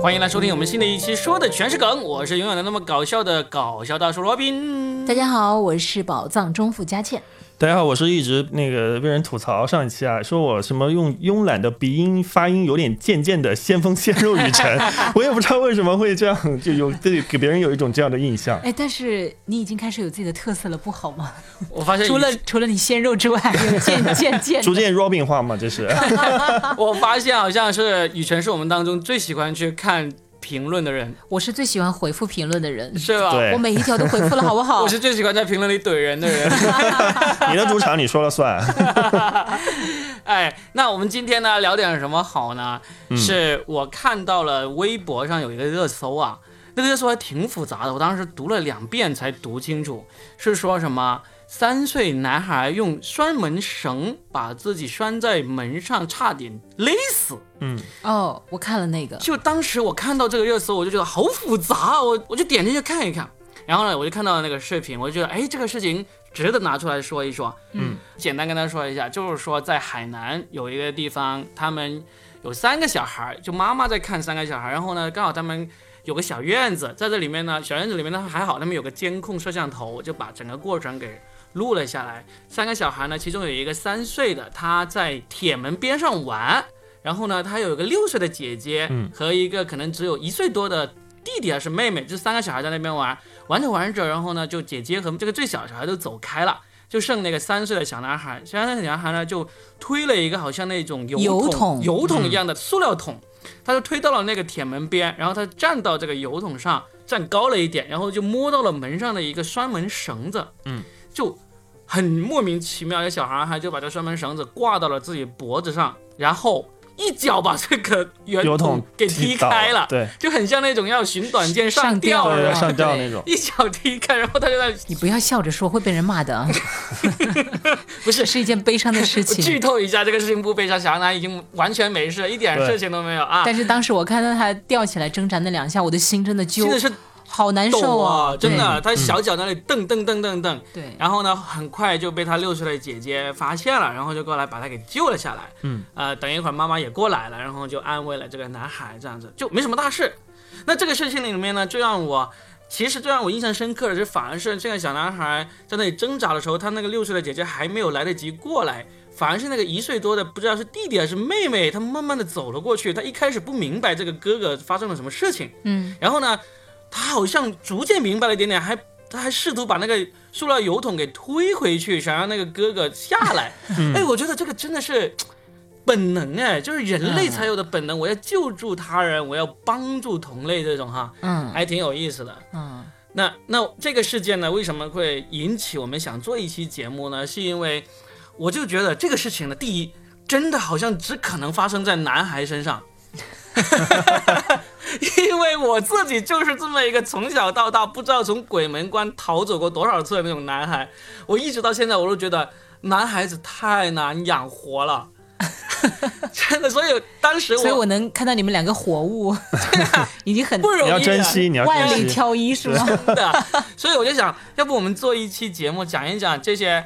欢迎来收听我们新的一期，说的全是梗。我是永远的那么搞笑的搞笑大叔罗宾。大家好，我是宝藏中富佳倩。大家好，我是一直那个被人吐槽上一期啊，说我什么用慵懒的鼻音发音有点渐渐的先锋陷入 雨辰，我也不知道为什么会这样，就有对给别人有一种这样的 印象。哎，但是你已经开始有自己的特色了，不好吗？我发现，除了除了你鲜肉之外，有渐 渐渐逐渐 Robin 化嘛，这是 我发现好像是雨辰是我们当中最喜欢去看评论的人，我是最喜欢回复评论的人，是吧？对我每一条都回复了，好不好我？是最喜欢在评论里怼人的人。你的主场，你说了算。 哎，那我们今天呢聊点什么好呢？是我看到了微博上有一个热搜啊，那个热搜还挺复杂的，我当时读了两遍才读清楚，是说什么三岁男孩用拴门绳把自己拴在门上，差点勒死。嗯，哦，我看了那个，就当时我看到这个热搜，我就觉得好复杂，啊我我就点进去看一看。然后呢，我就看到那个视频，我就觉得，哎，这个事情值得拿出来说一说。嗯，简单跟他说一下，就是说在海南有一个地方，他们有三个小孩儿，就妈妈在看三个小孩儿，然后呢，刚好他们有个小院子，在这里面呢，小院子里面呢还好，他们有个监控摄像头，就把整个过程给录了下来。三个小孩呢，其中有一个三岁的，他在铁门边上玩。然后呢，他有一个六岁的姐姐嗯和一个可能只有一岁多的弟弟还是妹妹，就三个小孩在那边玩，玩着玩着，然后呢，就姐姐和这个最小的小孩都走开了，就剩那个三岁的小男孩。三岁的小男孩呢，就推了一个好像那种油油桶桶嗯油桶一样的塑料桶，他就推到了那个铁门边，然后他站到这个油桶上，站高了一点，然后就摸到了门上的一个拴门绳子，嗯，就很莫名其妙，一个小男孩就把这拴门绳子挂到了自己脖子上，然后一脚把这个圆油桶给踢倒开了，哦对，就很像那种要寻短见上吊上吊的对那了种，上吊那种。一脚踢开，然后他就在你不要笑着说，会被人骂的啊。 不是是一件悲伤的事我剧情。透一下，这个事情不悲伤，小男孩已经完全没事，一点对事情都没有啊。但是当时我看到他吊起来挣扎那两下，我的心真的揪真，的是好难受抖啊，对真的，他小脚在那里蹬蹬蹬蹬蹬，对，然后呢，很快就被他六岁的姐姐发现了，然后就过来把他给救了下来。嗯，呃，等一会儿妈妈也过来了，然后就安慰了这个男孩，这样子就没什么大事。那这个事情里面呢，最让我其实最让我印象深刻的是，反而是这个小男孩在那里挣扎的时候，他那个六岁的姐姐还没有来得及过来，反而是那个一岁多的不知道是弟弟还是妹妹，他慢慢的走了过去。他一开始不明白这个哥哥发生了什么事情，嗯，然后呢，他好像逐渐明白了一点点，还他还试图把那个塑料油桶给推回去，想让那个哥哥下来。哎，我觉得这个真的是本能哎，就是人类才有的本能，我要救助他人，我要帮助同类这种哈，嗯还挺有意思的。嗯，那那这个事件呢，为什么会引起我们想做一期节目呢？是因为我就觉得这个事情呢，第一，真的好像只可能发生在男孩身上。 因为我自己就是这么一个从小到大不知道从鬼门关逃走过多少次的那种男孩，我一直到现在我都觉得男孩子太难养活了， 真的。所以当时所以我能看到你们两个活物， 已经很不容易、啊，你要珍惜，你要万里珍惜。挑一，是吗？真的。 所以我就想，要不我们做一期节目，讲一讲这些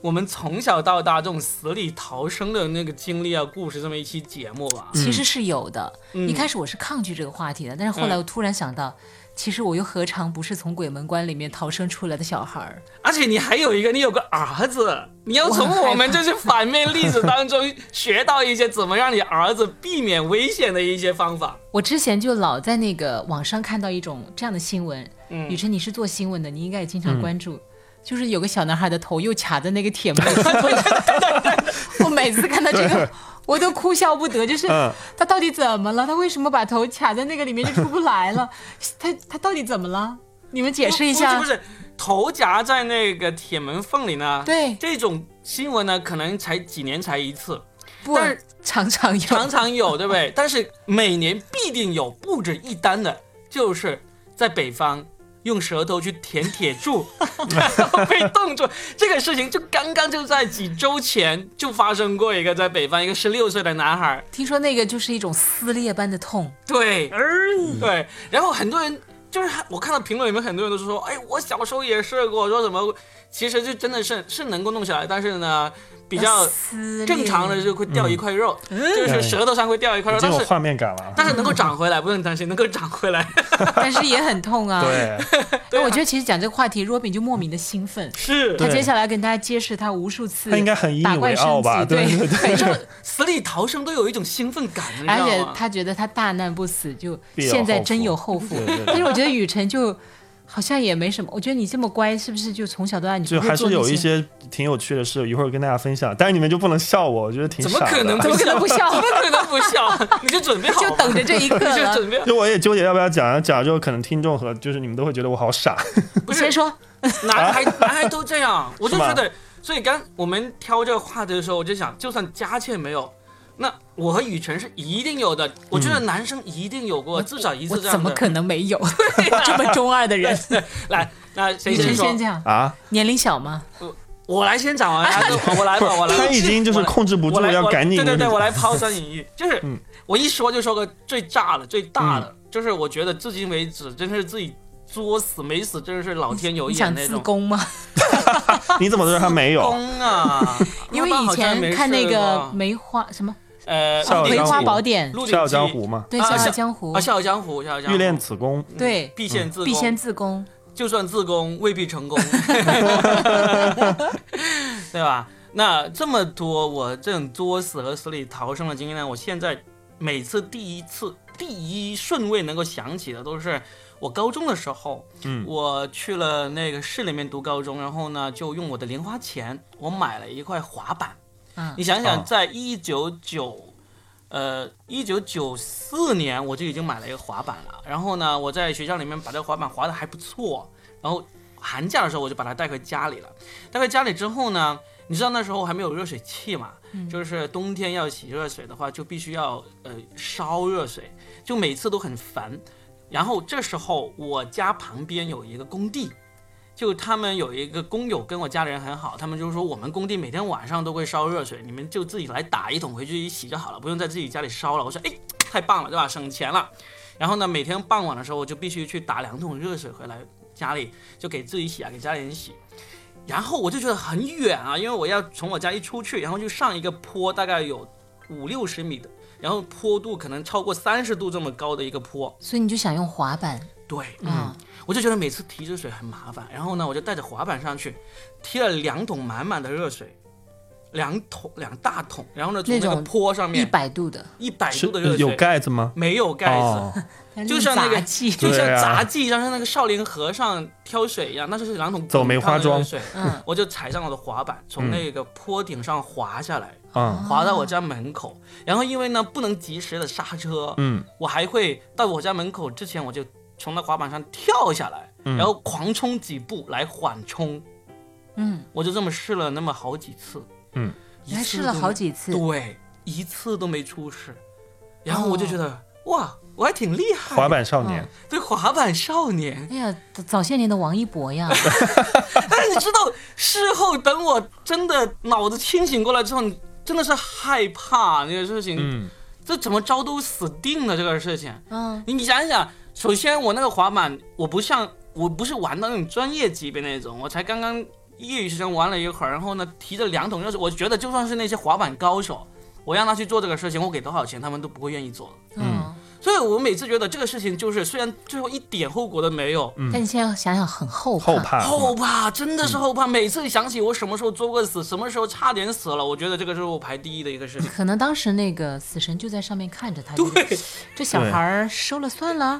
我们从小到大这种死里逃生的那个经历啊、故事，这么一期节目吧。其实是有的。嗯一开始我是抗拒这个话题的，但是后来我突然想到，其实我又何尝不是从鬼门关里面逃生出来的小孩儿？而且你还有一个，你有个儿子，你要从我们这些反面例子当中学到一些怎么让你儿子避免危险的一些方法。我之前就老在那个网上看到一种这样的新闻，雨嗯，辰，你是做新闻的，你应该也经常关注。就是有个小男孩的头又卡在那个铁门上， 我每次看到这个，我都哭笑不得。就是嗯他到底怎么了？他为什么把头卡在那个里面就出不来了？他他到底怎么了？你们解释一下不。是不是头夹在那个铁门缝里呢？对，这种新闻呢，可能才几年才一次。不但是常常有，常常有，对不对？但是每年必定有不止一单的，就是在北方用舌头去舔铁柱，然后被冻住。这个事情就刚刚就在几周前就发生过一个，在北方一个十六岁的男孩，听说那个就是一种撕裂般的痛。对，对，然后很多人。就是还我看到评论里面很多人都是说，哎，我小时候也试过，说什么，其实就真的是是能够弄下来，但是呢，比较撕裂嗯正常的就会掉一块肉，就哎是舌头上会掉一块肉，已经但有是画面感了。但是能够长回来，不用担心，能够长回 来。但是也很痛啊。 对，那我觉得其实讲这个话题，Robin 就莫名的兴奋。是他对接下来跟大家揭示他无数次他应该很引打以为怪升傲级吧？对对 对 对，就是死里逃生都有一种兴奋感，你知而道且吗？他觉得他大难不死，就必有现在后真福有后福 对对对。但是我觉得雨辰就好像也没什么，我觉得你这么乖，是不是就从小到大你就不会还做是那有一，些挺有趣的事，一会儿跟大家分享。但是你们就不能笑我，我觉得挺怎傻么的。可能 怎么可能不 笑？怎么可能不笑？你就准备好吧，哎就等着这一刻你 就了。准备好。 就我也纠结要不要讲，讲了之后可能听众和就是你们都会觉得我好傻。 不是 先说，男孩男孩都这样，我就是吗觉得，所以刚我们挑这个话题的时候，我就想，就算佳倩没有，那我和雨辰是一定有的。我觉得男生一定有过至少一我次这怎样么的。可能没有 这么中二的人？ 来，那谁雨辰先说先？讲，啊，年龄小吗？我来先 讲完，然后我来吧，我来吧。他已经就是我来控制不住我来要我来赶紧对的对对，那种 我来抛砖引玉，就是、嗯我一说就说个最炸的、最大的，就是我觉得至今为止真是自己作死没死，真是老天有你眼想那自种。宫吗？，你怎么知道他没有？公啊 因为妈妈以好像前没看那试个过梅花什么呃笑傲鹿鼎梅江花湖宝典，鹿《鼎笑傲记江湖》嘛，对《啊笑傲笑江湖啊，》《笑傲江湖》《笑傲江湖欲》练嗯此功。对必先自必先宫，自宫，就算自宫未必成功，对吧？那这么多我这种作死和死里逃生的经验呢，我现在每次第一次第一顺位能够想起的都是我高中的时候，嗯我去了那个市里面读高中，然后呢就用我的零花钱，我买了一块滑板。嗯你想哦想，在一九九。呃，一九九四年我就已经买了一个滑板了，然后呢，我在学校里面把这个滑板滑的还不错，然后寒假的时候我就把它带回家里了。带回家里之后呢，你知道那时候还没有热水器嘛，就是冬天要洗热水的话，就必须要呃烧热水，就每次都很烦。然后这时候我家旁边有一个工地，就他们有一个工友跟我家里人很好，他们就说我们工地每天晚上都会烧热水，你们就自己来打一桶回去洗就好了，不用在自己家里烧了。我说哎，太棒了，对吧？省钱了。然后呢，每天傍晚的时候我就必须去打两桶热水回来家里，就给自己洗啊，给家里人洗。然后我就觉得很远啊，因为我要从我家一出去，然后就上一个坡，大概有五六十米的，然后坡度可能超过三十度这么高的一个坡。所以你就想用滑板，对，嗯，我就觉得每次提着水很麻烦，然后呢，我就带着滑板上去，提了两桶满满的热水，两桶两大桶，然后呢，从那那个种坡上一面百度的，一百是度的热有水，盖子吗？没有盖子，哦，就像那个杂 技，就像对啊杂技，像是那个少林和尚挑水一样，那就是两桶走梅花滚烫的桩热水，嗯，我就踩上我的滑板，从嗯那个坡顶上滑下来，哦嗯滑到我家门口，然后因为呢不能及时的刹车，嗯，我还会到我家门口之前，我就从那滑板上跳下来，嗯然后狂冲几步来缓冲。嗯，我就这么试了那么好几次，嗯，你哎还试了好几次，对，一次都没出事。然后我就觉得、哦哇，我还挺厉害，滑板少年嗯，对滑板少年。 哎呀，早早些年的王一博呀，但是你知道，事后等我真的脑子清醒过来之后，你真的是害怕这个事情，嗯，这怎么着都死定了这个事情。嗯，你想一想，首先我那个滑板，我不像我不是玩到那种专业级别那种，我才刚刚业余学生玩了一会儿，然后呢提着两桶热水，我觉得就算是那些滑板高手，我让他去做这个事情，我给多少钱他们都不会愿意做的。嗯，所以我每次觉得这个事情就是虽然最后一点后果都没有，但你现在想想很后怕，后怕，嗯嗯后怕真的是后怕，每次想起我什么时候作过死，什么时候差点死了，我觉得这个是我排第一的一个事 情。可能当时那个死神就在上面看着他，就对是，这小孩儿收了算了，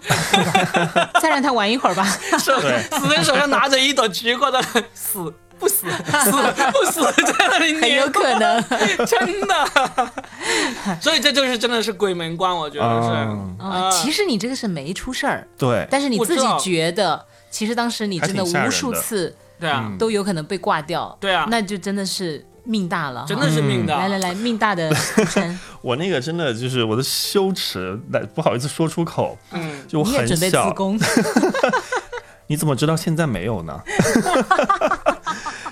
再让他玩一 会儿吧。手死人手上拿着一朵菊花在那 死不 死死不死在那里很扭有可能，真的。 所以这就是真的是鬼门关，我觉得是。嗯啊、其实你这个是没出事儿，对，但是你我自知己道觉得，其实当时你真的还挺吓人无的数次对嗯啊，都有可能被挂掉，对啊那就真的是命大了哈，真的是命大。来来来，命 大的雨辰，我那个真的就是我的羞耻，来不好意思说出口，嗯，就我你也很准备自小，宫，你怎么知道现在没有呢？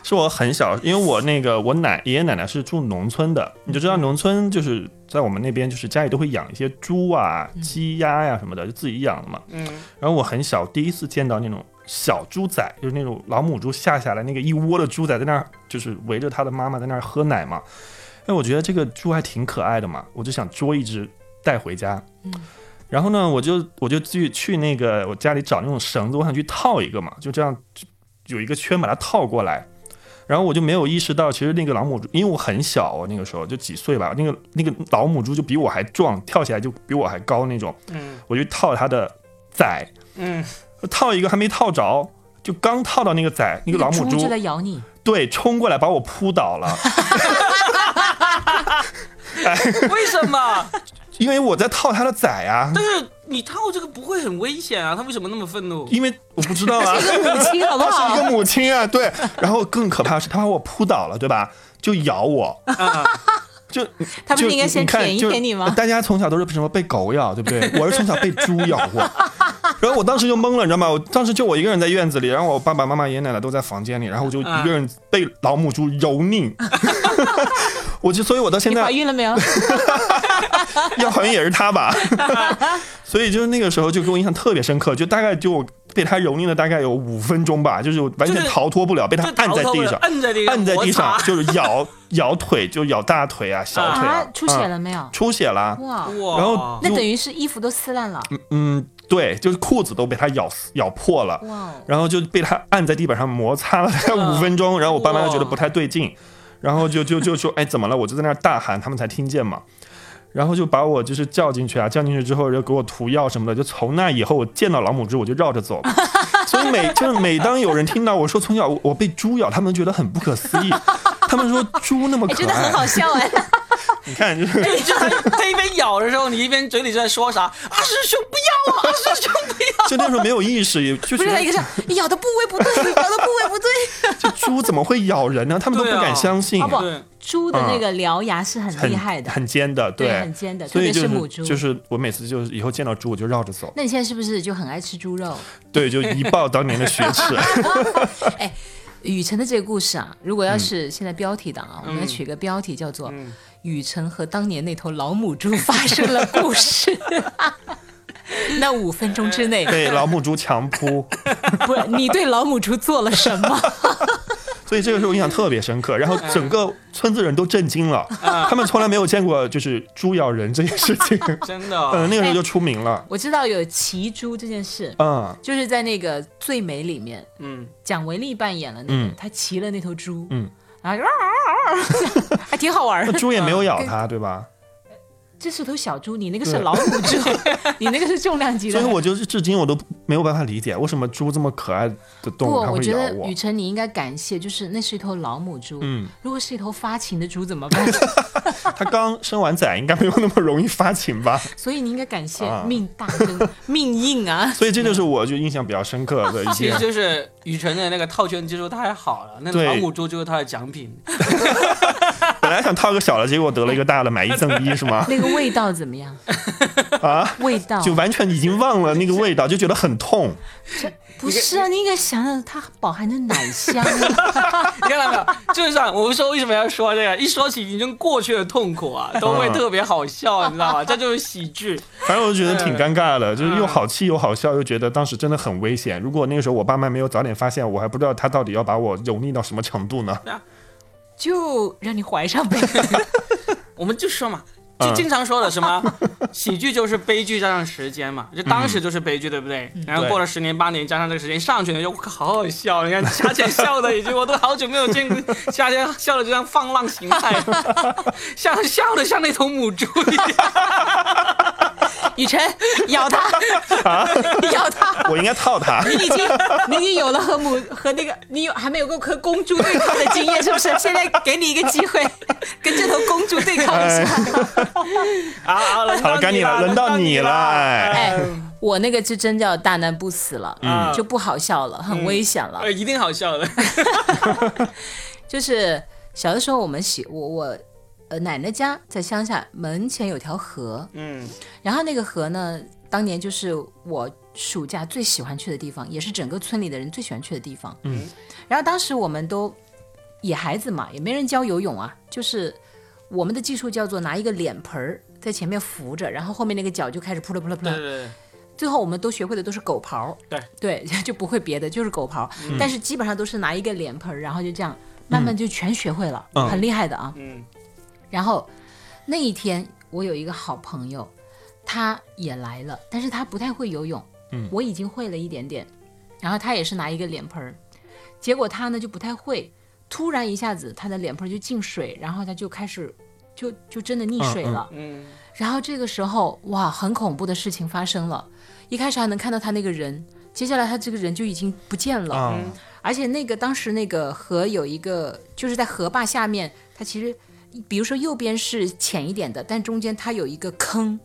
是我很小，因为我那个我奶爷爷奶奶是住农村的，你就知道农村就是在我们那边就是家里都会养一些猪啊、鸡鸭呀、什么的，就自己养的嘛。嗯，然后我很小第一次见到那种小猪仔，就是那种老母猪下下来那个一窝的猪仔在那儿，就是围着它的妈妈在那儿喝奶嘛。哎，我觉得这个猪还挺可爱的嘛，我就想捉一只带回家。嗯然后呢，我就我就去去那个我家里找那种绳子，我想去套一个嘛，就这样就有一个圈把它套过来。然后我就没有意识到，其实那个老母猪，因为我很小，我那个时候就几岁吧，那个那个老母猪就比我还壮，跳起来就比我还高那种。嗯我就套它的崽，嗯，套一个还没套着，就刚套到那个崽，那 个老母猪猪就在咬 你，对冲过来把我扑 倒了，为什么？因为我在套它的崽啊，但是你套这个不会很危险啊？他为什么那么愤怒？因为我不知道 啊，母亲好不它是好？一个母亲啊，对，然后更可怕的是它把我扑倒了，对吧？就咬我，啊，就他不就是应该先你看舔一就舔你吗？大家从小都是什么被狗咬，对 不对？我是从小被猪咬过，然后我当时就懵了，你知道吗？我当时就我一个人在院子里，然后我爸爸妈妈、爷爷奶奶都在房间里，然后我就一个人被老母猪蹂躏， 我就所以，我到现你在怀孕了 没有？要好像也是他吧，所以就是那个时候就给我印象特别深刻，就大概就我被他蹂躏了大概有五分钟吧，就是我完全就是逃脱不了，被他就按在地上，摁在地上，按在地上摩就是咬 咬腿，就咬大腿啊、小腿啊啊，，出血嗯了没有？出血啦，哇擦，哇，然后那等于是衣服都撕烂了。嗯，对，就是裤子都被他咬撕咬破了，哇 哦，然后就被他按在地板上摩擦了大概嗯五分钟，然后我爸妈就觉得哇不太对劲，然后就就就说，哎，怎么了？我就在那儿大喊，他们才听见嘛。然后就把我就是叫进去啊，叫进去之后就给我涂药什么的，就从那以后我见到老母猪我就绕 着走，所以每就是每当有人听到我说从小我我被猪咬，他们觉得很不可思 议，他们说猪那哎，么可真的很爱，好笑 哎。你看就是哎，就他他一边咬的时候，你一边嘴里在说啥？啊，师兄不要啊，师兄不要！就那时候没有意识，也就不觉是得他一个是你咬的部位不对，咬的部位不 对。这猪怎么会咬人呢？他们都不对啊敢相信、好不好对，猪的那个獠牙是很很厉害的，很尖的，对很尖的所以特别就是母猪就是我每次就是以后见到猪我就绕着走，那你现在是不是就很爱吃猪肉？对，就一报当年的雪 耻。雨辰的这个故事啊，如果嗯要是现在标题党啊，我们要取一个标题叫做嗯“雨辰和当年那头老母猪发生了故 事” 。那五分钟之内，被老母猪强扑，不，你对老母猪做了什么？ 所以这个时候印象特别深刻。然后整个村子人都震惊了，嗯他们从来没有见过就是猪咬人这件事 情。真的嗯，哦，那个时哎候就出名了。我知道有骑猪这件事，嗯就是在那个《最美》里面，嗯，蒋雯丽扮演了那个嗯，她骑了那头猪，嗯，哦然后啊啊啊， 还挺好玩那的。猪也没有咬它，对吧？这是头小猪，你那个是老母猪， 你那个是重量级所的以。我就是至今我都没有办法理解，为什么猪这么可爱的动物它我会觉咬得我雨。辰，你应该感谢，就是那是一头老母猪。嗯，如果是一头发情的猪怎么办？ 它刚生完崽，应该没有那么容易发情吧？所以你应该感谢啊命大跟命硬啊。所以这就是我就印象比较深刻的一其些 实。就是雨辰的那个套圈技术太好了，那个对老母猪就是他的奖品。 本来想套个小的，结果得了一个大的，买一赠一 是吗？那个味道怎么 样？啊，味道就完全已经忘了那个味道，就觉得很痛。不是啊，你应该想想它饱含着奶香啊。 你看到没有？就是这样，我们说为什么要说这个？一说起已经过去的痛苦啊，都会特别好笑，你知 道吗？这就是喜剧。反正我就觉得挺尴尬的，就是又好气又好笑，又觉得当时真的很危险。如果那个时候我爸妈没有早点发现，我还不知道他到底要把我蹂躏到什么程度呢。就让你怀上呗。我们就说嘛，嗯就经常说的什 么，喜剧就是悲剧加上时间嘛，就当时就是悲剧，对不对？然后对过了十年八年，加上这个时间上去了，就好好笑。你看夏天笑的已经，我都好久没有见 过夏天笑的这样放浪形骸，像笑的像那头母猪一样。雨辰咬它，啊 咬它。我应该套 他， 你已经，你已经有了和母和那个，你有还没有过和公猪对抗的经验，是不是？现在给你一个机会，跟这头公猪对抗一下。好好了，好了，该你了，轮到你了，哎， 哎，我那个就真叫大难不死了，嗯就不好笑了，很危险了。呃，一定好笑的。就是小的时候我们喜我我呃奶奶家在乡下，门前有条河，嗯然后那个河呢，当年就是我暑假最喜欢去的地方，也是整个村里的人最喜欢去的地方。嗯，然后当时我们都野孩子嘛，也没人教游泳啊，就是我们的技术叫做拿一个脸盆儿在前面扶着，然后后面那个脚就开始扑棱扑棱扑对棱。对最后我们都学会的都是狗刨，对对，就不会别的，就是狗刨，但是基本上都是拿一个脸盆儿，然后就这样慢慢就全学会了，嗯很厉害的啊。嗯然后那一天，我有一个好朋友，他也来了，但是他不太会游泳，嗯我已经会了一点点，然后他也是拿一个脸盆儿，结果他呢就不太会，突然一下子他的脸盆儿就进水，然后他就开始就就真的溺水了，嗯然后这个时候哇，很恐怖的事情发生了，一开始还能看到他那个人，接下来他这个人就已经不见了，啊，嗯而且那个当时那个河有一个，就是在河坝下面，它其实，比如说右边是浅一点的，但中间它有一个坑，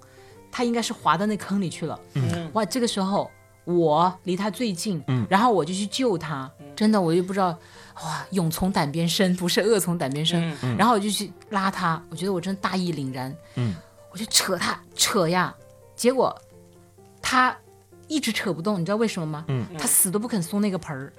它应该是滑到那坑里去了。嗯，哇，这个时候我离他最近，嗯然后我就去救他，真的我就不知道，哇，勇从胆边生，不是恶从胆边生。嗯然后我就去拉他，我觉得我真的大义凛然，嗯，我就扯他扯呀，结果他一直扯不动，你知道为什么吗？嗯，他死都不肯松那个盆儿。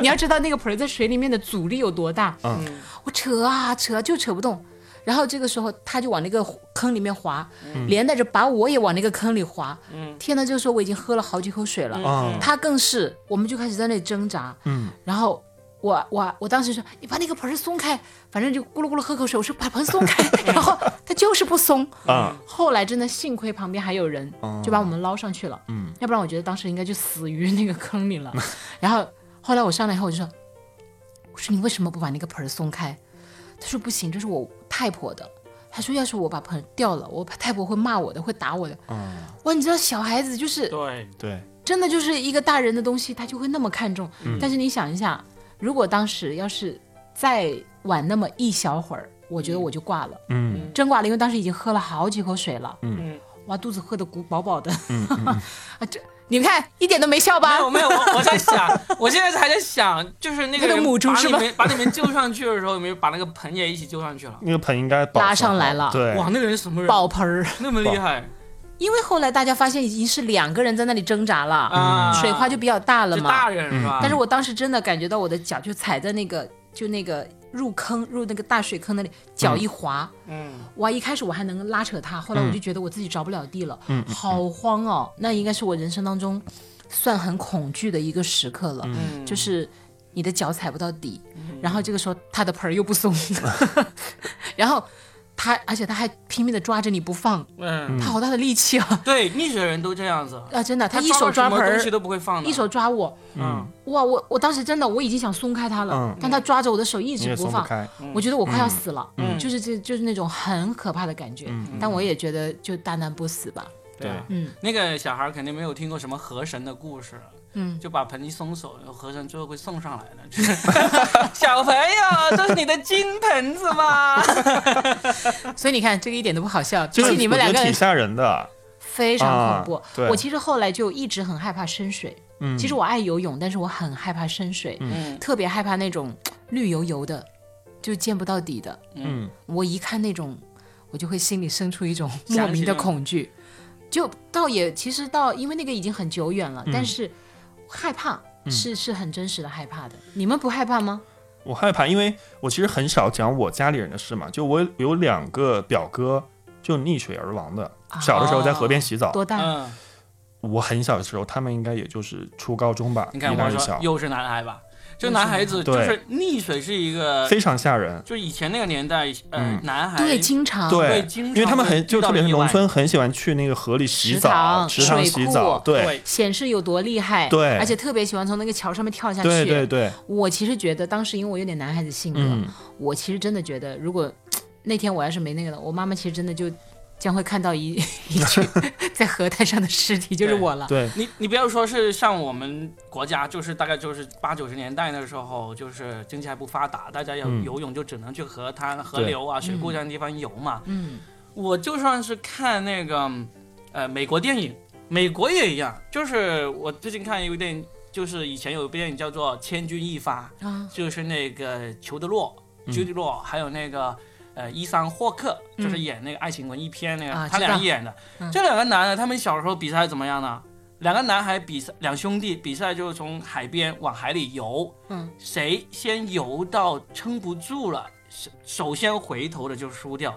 你要知道那个盆儿在水里面的阻力有多大，嗯我扯啊扯啊就扯不动。然后这个时候他就往那个坑里面滑，嗯连带着把我也往那个坑里滑。嗯天呐，这个时候我已经喝了好几口水了，啊他更是，我们就开始在那里挣扎。嗯，然后我我我当时说你把那个盆儿松开，反正就咕噜咕噜喝口水，我说把盆松开，然后他就是不松。啊，哦后来真的幸亏旁边还有人，就把我们捞上去了。嗯，要不然我觉得当时应该就死于那个坑 里了。然后后来我上来以后我就说，我说你为什么不把那个盆儿松开？他说不行，这是我太婆的。他说要是我把盆儿掉了，我太婆会骂我的，会打我的。嗯，哇，你知道小孩子就是对，对，真的就是一个大人的东西，他就会那么看重。嗯但是你想一下，如果当时要是再晚那么一小会儿，我觉得我就挂了，嗯真挂了，因为当时已经喝了好几口水了，嗯，哇，肚子喝的鼓饱饱的，嗯嗯 啊，这你们看一点都没笑没吧？有没有，我我在 想，我现在还在想，就是那个他的人母猪把是你吧们把你们救上去的时候，有没有把那个盆也一起救上去了？那个盆应该保拉存上来好了对，哇，那个人什么人？爆盆儿，那么厉害因为后来大家发现已经是两个人在那里挣扎了，啊！嗯水花就比较大了就嘛。嗯大人是吧？但是我当时真的感觉到我的脚就踩在那个就那个入坑入那个大水坑那里，脚一滑。嗯哇！一开始我还能拉扯他，后来我就觉得我自己着不了地了，嗯好慌哦。那应该是我人生当中算很恐惧的一个时刻了，嗯，就是你的脚踩不到底，然后这个时候他的盆儿又不 松， 然后他而且他还拼命的抓着你不放，嗯，他好大的力气 啊！对，溺水人都这样子，啊，真的，他一手抓抓盆到什么儿东西，都不会放的，一手抓我，嗯哇！我我当时真的我已经想松开他了，嗯但他抓着我的手一你直也不松不放，开，我觉得我快要死了，嗯就是这就是那种很可怕的感觉，嗯但我也觉得就大难不死吧，对啊。嗯那个小孩儿肯定没有听过什么河神的故事，嗯，就把盆一松手，河神最后会送上来的。 就是小朋友，这是你的金盆子吗？ 所以你看这个一点都不好笑，这比个起你们两个我觉得人挺吓人的，非常恐怖。啊对我其实后来就一直很害怕深水，嗯，其实我爱游泳，但是我很害怕深水，嗯特别害怕那种绿油油的，就见不到底的。嗯我一看那种，我就会心里生出一种想起莫名的那种恐惧。就倒也其实倒，因为那个已经很久远了，嗯但是害怕是、是很真实的害怕的。你们不害怕吗？我害怕，因为我其实很少讲我家里人的事嘛，就我有两个表哥就溺水而亡哦的，小的时候在河边洗澡，啊多大？嗯，我很小的时候，他们应该也就是初高中吧，你看一我大一说小，嗯又是男孩吧，就男孩子就是溺水是一个，非常吓人。就是以前那个年代，呃，嗯男孩对，经常会对，经常因为他们会很就遇到特别是意外农村，很喜欢去那个河里洗澡、池池塘塘水洗库澡，对对，显示有多厉害，对而且特别喜欢从那个桥上面跳下去。对对对，我其实觉得当时因为我有点男孩子性格，嗯我其实真的觉得，如果那天我要是没那个了，我妈妈其实真的就将会看到一 一 具在河滩上的尸体，就是对我了。嗯对，你你不要说是像我们国家，就是大概就是八九十年代那时候，就是经济还不发达，大家要嗯游泳就只能去河滩、河对流啊、水库这样的地方游嘛。嗯，我就算是看那个，呃，美国电影，美国也一样。就是我最近看一部电影，就是以前有一部电影叫做《千钧一发》，啊，就是那个裘德洛、嗯裘德洛，还有那个呃伊桑霍克，嗯就是演那个爱情文艺片那个，啊他知俩道演的。嗯这两个男的，他们小时候比赛怎么样呢？两个男孩比赛，两兄弟比赛就是从海边往海里游，嗯，谁先游到撑不住了，首首先回头的就输 掉。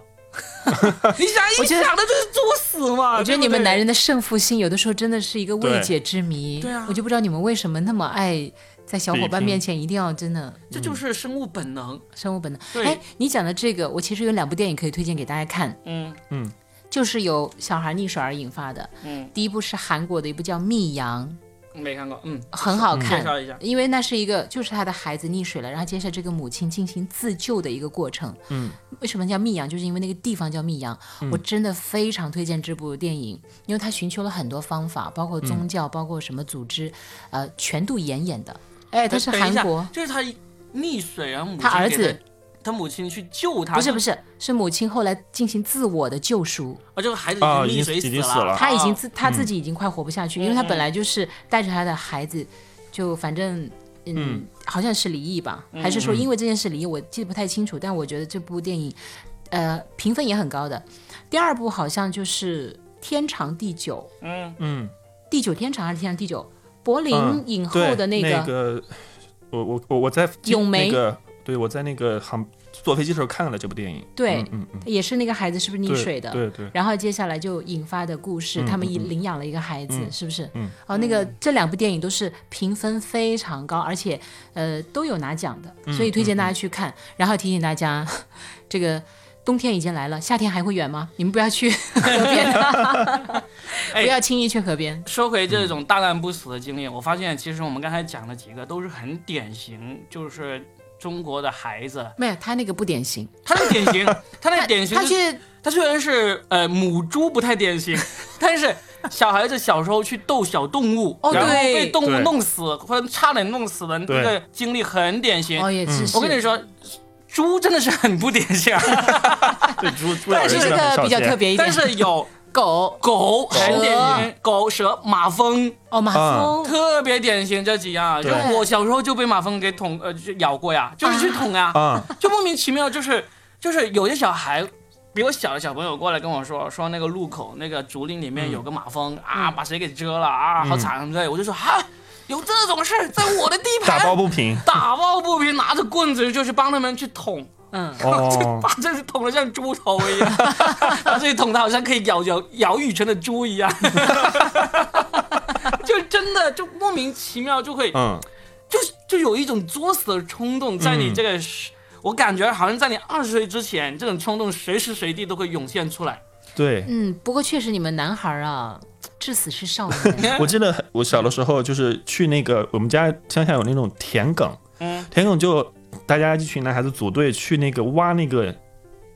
你想我一觉得想的就是作死嘛！啊我觉对得不你们对男人的胜负心有的时候真的是一个未对解之谜。对啊我就不知道你们为什么那么爱在小伙伴比拼面前一定要真的这就是生物本能。生物本能。对哎，你讲的这个，我其实有两部电影可以推荐给大家看，嗯就是由小孩溺水而引发的。嗯，第一部是韩国的一部叫《密阳没看过。嗯，》，很好介看。绍一下。因为那是一个，就是他的孩子溺水了，然后接下来这个母亲进行自救的一个过程。嗯，为什么叫密阳？就是因为那个地方叫密阳。嗯我真的非常推荐这部电影，因为他寻求了很多方法，包括宗嗯教，包括什么组织，呃，全度严演的。哎，他是等一韩下国，就是他溺水，然后母亲他儿给子他母亲去救他，不是不是，是母亲后来进行自我的救赎，啊，这个孩子啊已已经溺水已经死了，了他已经自他自己已经快活不下去，因为他本来就是带着他的孩子，就反正。嗯嗯，好像是离异吧，还是说因为这件事离异？我记得不太清楚，但我觉得这部电影，呃，评分也很高的。第二部好像就是《天长地久》，嗯，嗯，地久天长还是天长地久？柏林嗯影后对的那个，个，我我我我在咏梅那个，对我在那个航坐飞机的时候看了这部电影，对嗯嗯嗯，也是那个孩子是不是溺对水的？对 对，然后接下来就引发的故事，嗯他们嗯一嗯领养了一个孩子，嗯是不是？嗯。哦，那个这两部电影都是评分非常高，而且呃都有拿奖的，嗯所以推荐大家去看。然后提醒大家，这个冬天已经来了，夏天还会远吗？你们不要去 河边啊， 哎不要轻易去河边。说回这种大难不死的经历，我发现其实我们刚才讲的几个都是很典型，就是中国的孩子，没有，他那个不典型，他的典 型，他的典型他是，去他虽然是呃母猪不太典 型，但是小孩子小时候去斗小动物，哦然后对被动物对弄死或者差点弄死的那对个经历很典型。哦也是。嗯我跟你说，猪真的是很不典 型，对猪猪咬但是人真这的个很少比较特见。别一但点，是有狗狗很典型，狗、蛇、马蜂哦马嗯啊蜂。特别典型这几样啊。就对我小时候就被马蜂给捅，呃，就咬过呀，就是去捅呀， 啊，就莫名其妙，就是就是有些小孩。比我小的小朋友过来跟我说，说那个路口那个竹林里面有个马蜂、啊，把谁给蛰了啊，嗯好惨什么之类的。我就说哈，有这种事儿在我的地盘，打抱不 平打抱不平，拿着棍子就去帮他们去捅，嗯，哦 把，自己捅得像猪头一样， 把自己捅得好像可以咬咬咬雨辰的猪一样， 就真的就莫名其妙就会嗯，就就有一种作死的冲动，在你这个时，我感觉好像在你二十岁之前，这种冲动随时随地都会涌现出来。 对。嗯，不过确实你们男孩儿啊，至死是少年。我记得我小的时候就是去那个我们家乡下有那种田埂，嗯，田埂就大家一群男孩子组队去那个挖那个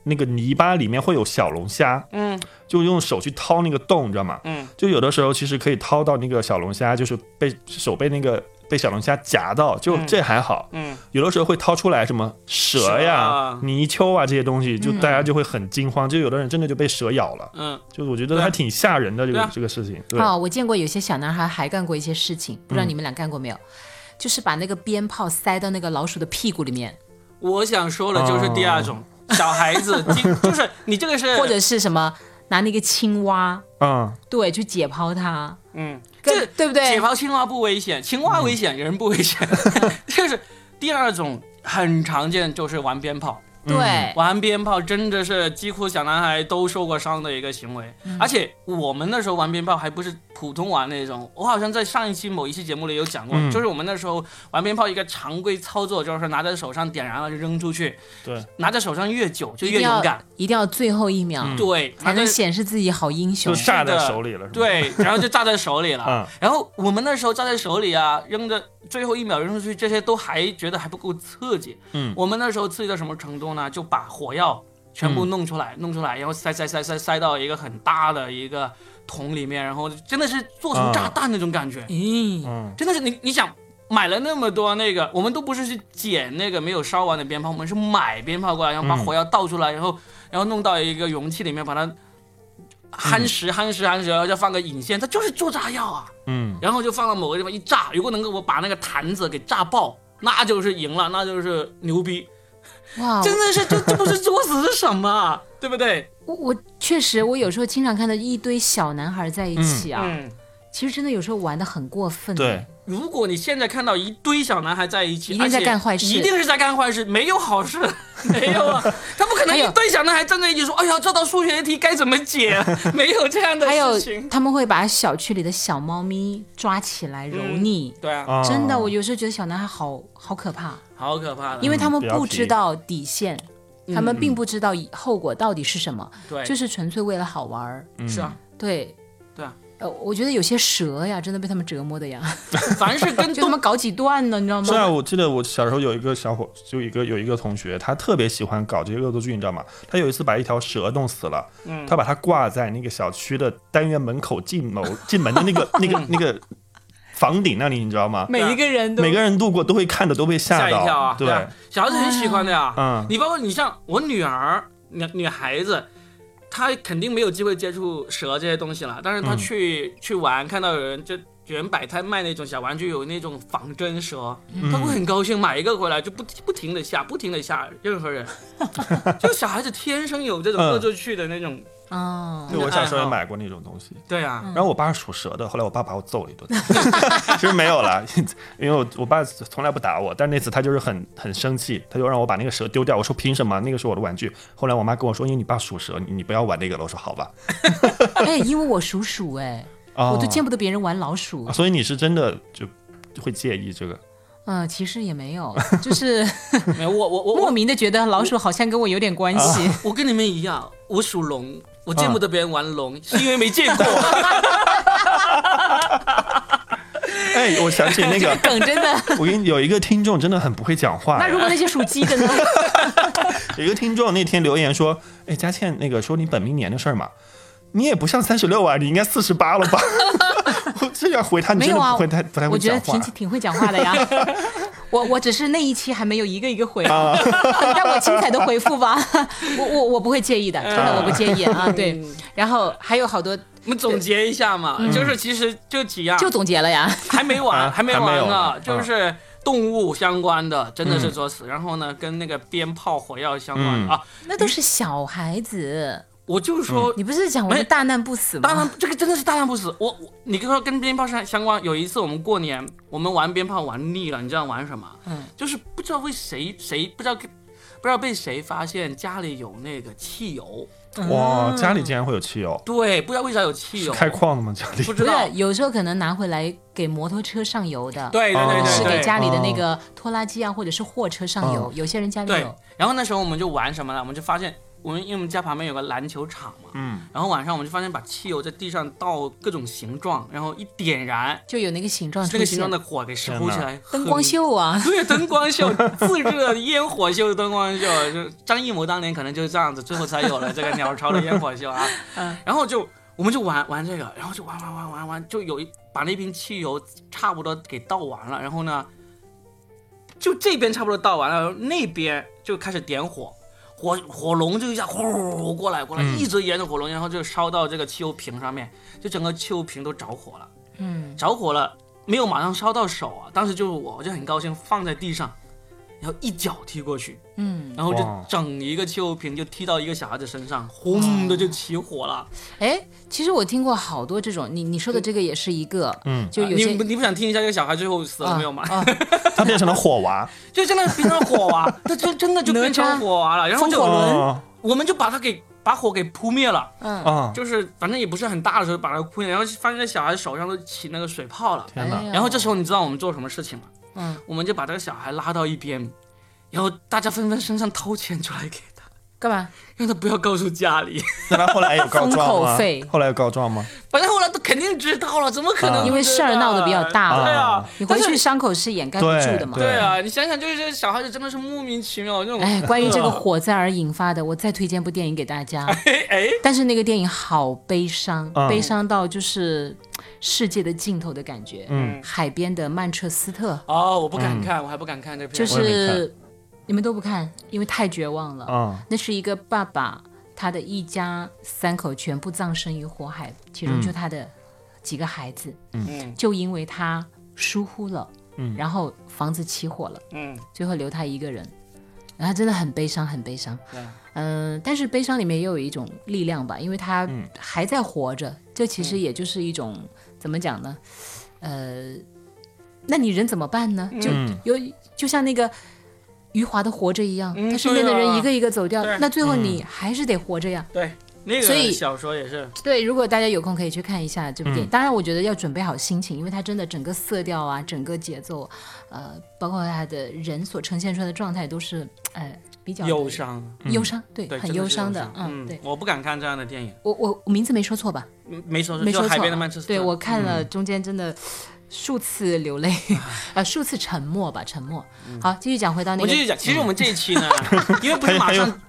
那个泥巴里面会有小龙虾，嗯就用手去掏那个洞，你知道吗？嗯，就有的时候其实可以掏到那个小龙虾，就是被手被那个被小龙虾夹到，就嗯这还好。嗯，有的时候会掏出来什么蛇蛇呀啊、泥鳅啊这些东西，就嗯大家就会很惊慌，就有的人真的就被蛇咬了，嗯，就我觉得对啊还挺吓人的这对个啊这个事情。对，哦，我见过有些小男孩还干过一些事情，不知道嗯你们俩干过没有？就是把那个鞭炮塞到那个老鼠的屁股里面，我想说的就是第二种，小孩子经就是你这个是或者是什么拿那个青蛙，嗯，对，去解剖它，嗯，跟这对不对嗯解剖青蛙不危险，青蛙危险，人不危 险。就是第二种很常见，就是玩鞭炮。对，玩鞭炮真的是几乎小男孩都受过伤的一个行为，嗯而且我们那时候玩鞭炮还不是普通玩那种，我好像在上一期某一期节目里有讲过，嗯就是我们那时候玩鞭炮一个常规操作就是拿在手上点燃了就扔出去，对，拿在手上越久就一越定勇要敢，一定要最后一秒、对，拿才能在显示自己好英雄就。炸在是的手里了，是吧？对，然后就炸在手 里了。嗯然后我们那时候炸在手里啊，扔着最后一秒扔出去，这些都还觉得还不够刺激。嗯我们那时候刺激到什么程度呢？就把火药全部弄出嗯来，弄出来，然后塞塞塞塞塞到一个很大的一个桶里面，然后真的是做啊成炸弹那种感觉，嗯，嗯真的是你你想。买了那么多那个，我们都不是去捡那个没有烧完的鞭炮，我们是买鞭炮过来，然后把嗯火药倒出来，然后然后弄到一个容器里面，把它夯实、夯实夯实，然后再放个引线，它就是做炸药啊。嗯，然后就放到某个地方一炸，如果能给我把那个坛子给炸爆，那就是赢了，那就是牛逼，哇，真的是这这不是作死是什么啊，对不对？我我确实，我有时候经常看到一堆小男孩在一起啊，嗯，其实真的有时候玩的很过分。对，如果你现在看到一堆小男孩在一起，一定在而且干坏事一定是在干坏事，没有好 事，没有啊，他不可能还有一堆小男孩站在一起说，哎呀，这道数学题该怎么解？ 没有这样的还有事情。他们会把小区里的小猫咪抓起来揉捏。对啊，啊嗯真的，我有时候觉得小男孩好好可怕，好可怕的，因为他们不要不提知道底线，他们并不知道以后果到底是什么，对，就是纯粹为了好玩儿。是嗯啊，对，对啊，呃，我觉得有些蛇呀，真的被他们折磨的呀，凡是跟 就他动们搞几段呢，你知道是啊，吗？我记得我小时候有一个小伙，就一个有一个同学，他特别喜欢搞这些恶作剧，你知道吗？他有一次把一条蛇弄死了，嗯他把它挂在那个小区的单元门口进某进门的 那个那嗯个那个房顶那里，你知道吗？每一个人都每个人路过都会看着，都被吓吓一到，跳啊，对，啊，小孩子很喜欢的呀。嗯，你包括你像我女儿，女女孩子，她肯定没有机会接触蛇这些东西了，但是她嗯去、去玩，看到有人就。有人摆摊卖那种小玩具，有那种仿真蛇，嗯她会很高兴，买一个回来就不不停的吓，不停的吓任何 人。就小孩子天生有这种嗯恶作剧的那种，啊，对我小哎时候也买过那种东西。对啊，嗯然后我爸是属蛇的，后来我爸把我揍了一顿， 其实没有啦，因为我我爸从来不打我，但那次他就是很很生气，他就让我把那个蛇丢掉。我说凭什么？那个是我的玩具。后来我妈跟我说，因为你爸属蛇，你你不要玩那个了。我说好吧。哎，因为我属鼠哎，哦啊我都见不得别人玩老鼠，所以你是真的就就会介意这个？嗯，其实也没 有，就是没有我我我嗯莫我名的觉得老鼠好像跟我有点关系。啊我跟你们一样，我属龙，我见嗯不得别人玩龙，是因为没见 过。哎，我想起那这个，个 梗真 的。我跟你有一个听众真的很不会讲话那。如果那些属鸡的呢？有一个听众那天留言说，哎，佳倩，那个说你本命年的事儿嘛，你也不像三十六啊，你应该四十八了吧？ 我这样回他，你没真的有啊不会太不太我会觉得讲话。挺挺会讲话的呀。 我我只是那一期还没有一个一个回，啊 让我精彩的回复吧。我我我不会介意的，真嗯的我不介意 啊。对，然后还有好多我们总结一下嘛，就是其实就几样，嗯就总结了呀。还没完，啊还没还完没有呢呢，就是动物相关的，真的是作死。然后呢，跟那个鞭炮、火药相关嗯的啊，那都是小孩子，我就说，嗯你不是讲我没们大难不死大难吗？这个真的是大难不死。我我你跟说跟鞭炮相相关，有一次我们过年，我们玩鞭炮玩腻了，你知道玩什么？嗯，就是不知道为谁谁不知道不知道被谁发现家里有那个汽油，嗯哇，家里竟然会有汽油，对，不知道为啥有嗯汽是油，开矿的吗？家里不？知不是道，，有时候可能拿回来给摩托车上油的，对对对哦是对给对。嗯家里的那个拖拉机啊，或者是货车上油。有些人家里对有，，然后那时候我们就玩什么呢？我们就发现，我们因为我们家旁边有个篮球场嘛，嗯，然后晚上我们就发现把汽油在地上倒各种形状，然后一点燃，就有那个形状这出个现形状的火给烧起来，灯光很。秀啊。对，灯光秀，自制的烟火秀，灯光秀，就张艺谋当年可能就是这样子，最后才有了这个鸟巢的烟火秀啊。然后就我们就玩玩这个，然后就玩玩玩玩玩，就有一把那瓶汽油差不多给倒完了，然后呢，就这边差不多倒完了，那边就开始点火，火火龙就一下呼呼呼过来过来，嗯一直沿着火龙，然后就烧到这个汽油瓶上面，就整个汽油瓶都着火了，嗯，着火了没有马上烧到手啊，当时就是我我就很高兴放在地上，然后一脚踢过去，嗯，然后就哇整一个汽油瓶就踢到一个小孩子身上，轰的就起火了。哎，其实我听过好多这种，你你说的这个也是一个，嗯就有啊你些不你不想听一下这个小孩最后死了没有吗？ 啊，他变成了火娃，就真的变成火 娃，他就真的就变哪成吒火娃了，然后风火就轮哦我们就把他给把火给扑灭了。嗯，啊，就是反正也不是很大的时候把它哭，然后发现这小孩手上都起那个水泡了。天哎哪！呀然后这时候你知道我们做什么事情吗？嗯，我们就把这个小孩拉到一边，然后大家纷纷身上掏钱出来给他，干嘛？让他不要告诉家里。那他后来有告封状口吗费？后来有告状吗？反正后来都肯定知道了，怎么可能不知道？啊因为事儿闹得比较大对啊啊，你回但去是伤口是掩盖不对住的嘛。对啊，你想想，就是这个小孩子真的是莫名其妙那种。哎，关于这个火灾而引发的，我再推荐部电影给大家， 哎哎，但是那个电影好悲伤，嗯悲伤到就是世界的尽头的感觉。嗯，海边的曼彻斯特，哦，我不敢看，我还不敢看这片。就我也没是你们都不看，因为太绝望嗯了。啊，那是一个爸爸，他的一家三口全部葬身于火海，其中就他的几个孩子，嗯就因为他疏忽了，嗯然后房子起火了，嗯，最后留他一个人。然后真的很悲伤，很悲伤。对嗯，但是悲伤里面也有一种力量吧，因为他嗯还在活着，这其实也就是一种、怎么讲呢？呃，那你人怎么办呢？就嗯有就像那个余华的《活着》一样，嗯他身边的对啊人一个一个走掉，对嗯那最后你还是得活着呀。对，那所个以小说也是，对，如果大家有空可以去看一下这部电嗯影。当然，我觉得要准备好心情，因为它真的整个色调啊，整个节奏，呃，包括他的人所呈现出来的状态都是，呃，比较的忧，伤，嗯忧伤，对，对，很真的忧是伤的，嗯，对。我不敢看这样的电影，我我我名字没说错吧？嗯没说没就说错啊。海边的曼彻斯特，嗯对我看了中间 真的数次流泪， 呃，数次沉默吧，沉默。好，继续讲回到嗯我那们个继续讲，其实我们这一 期呢，因为不是马还有上，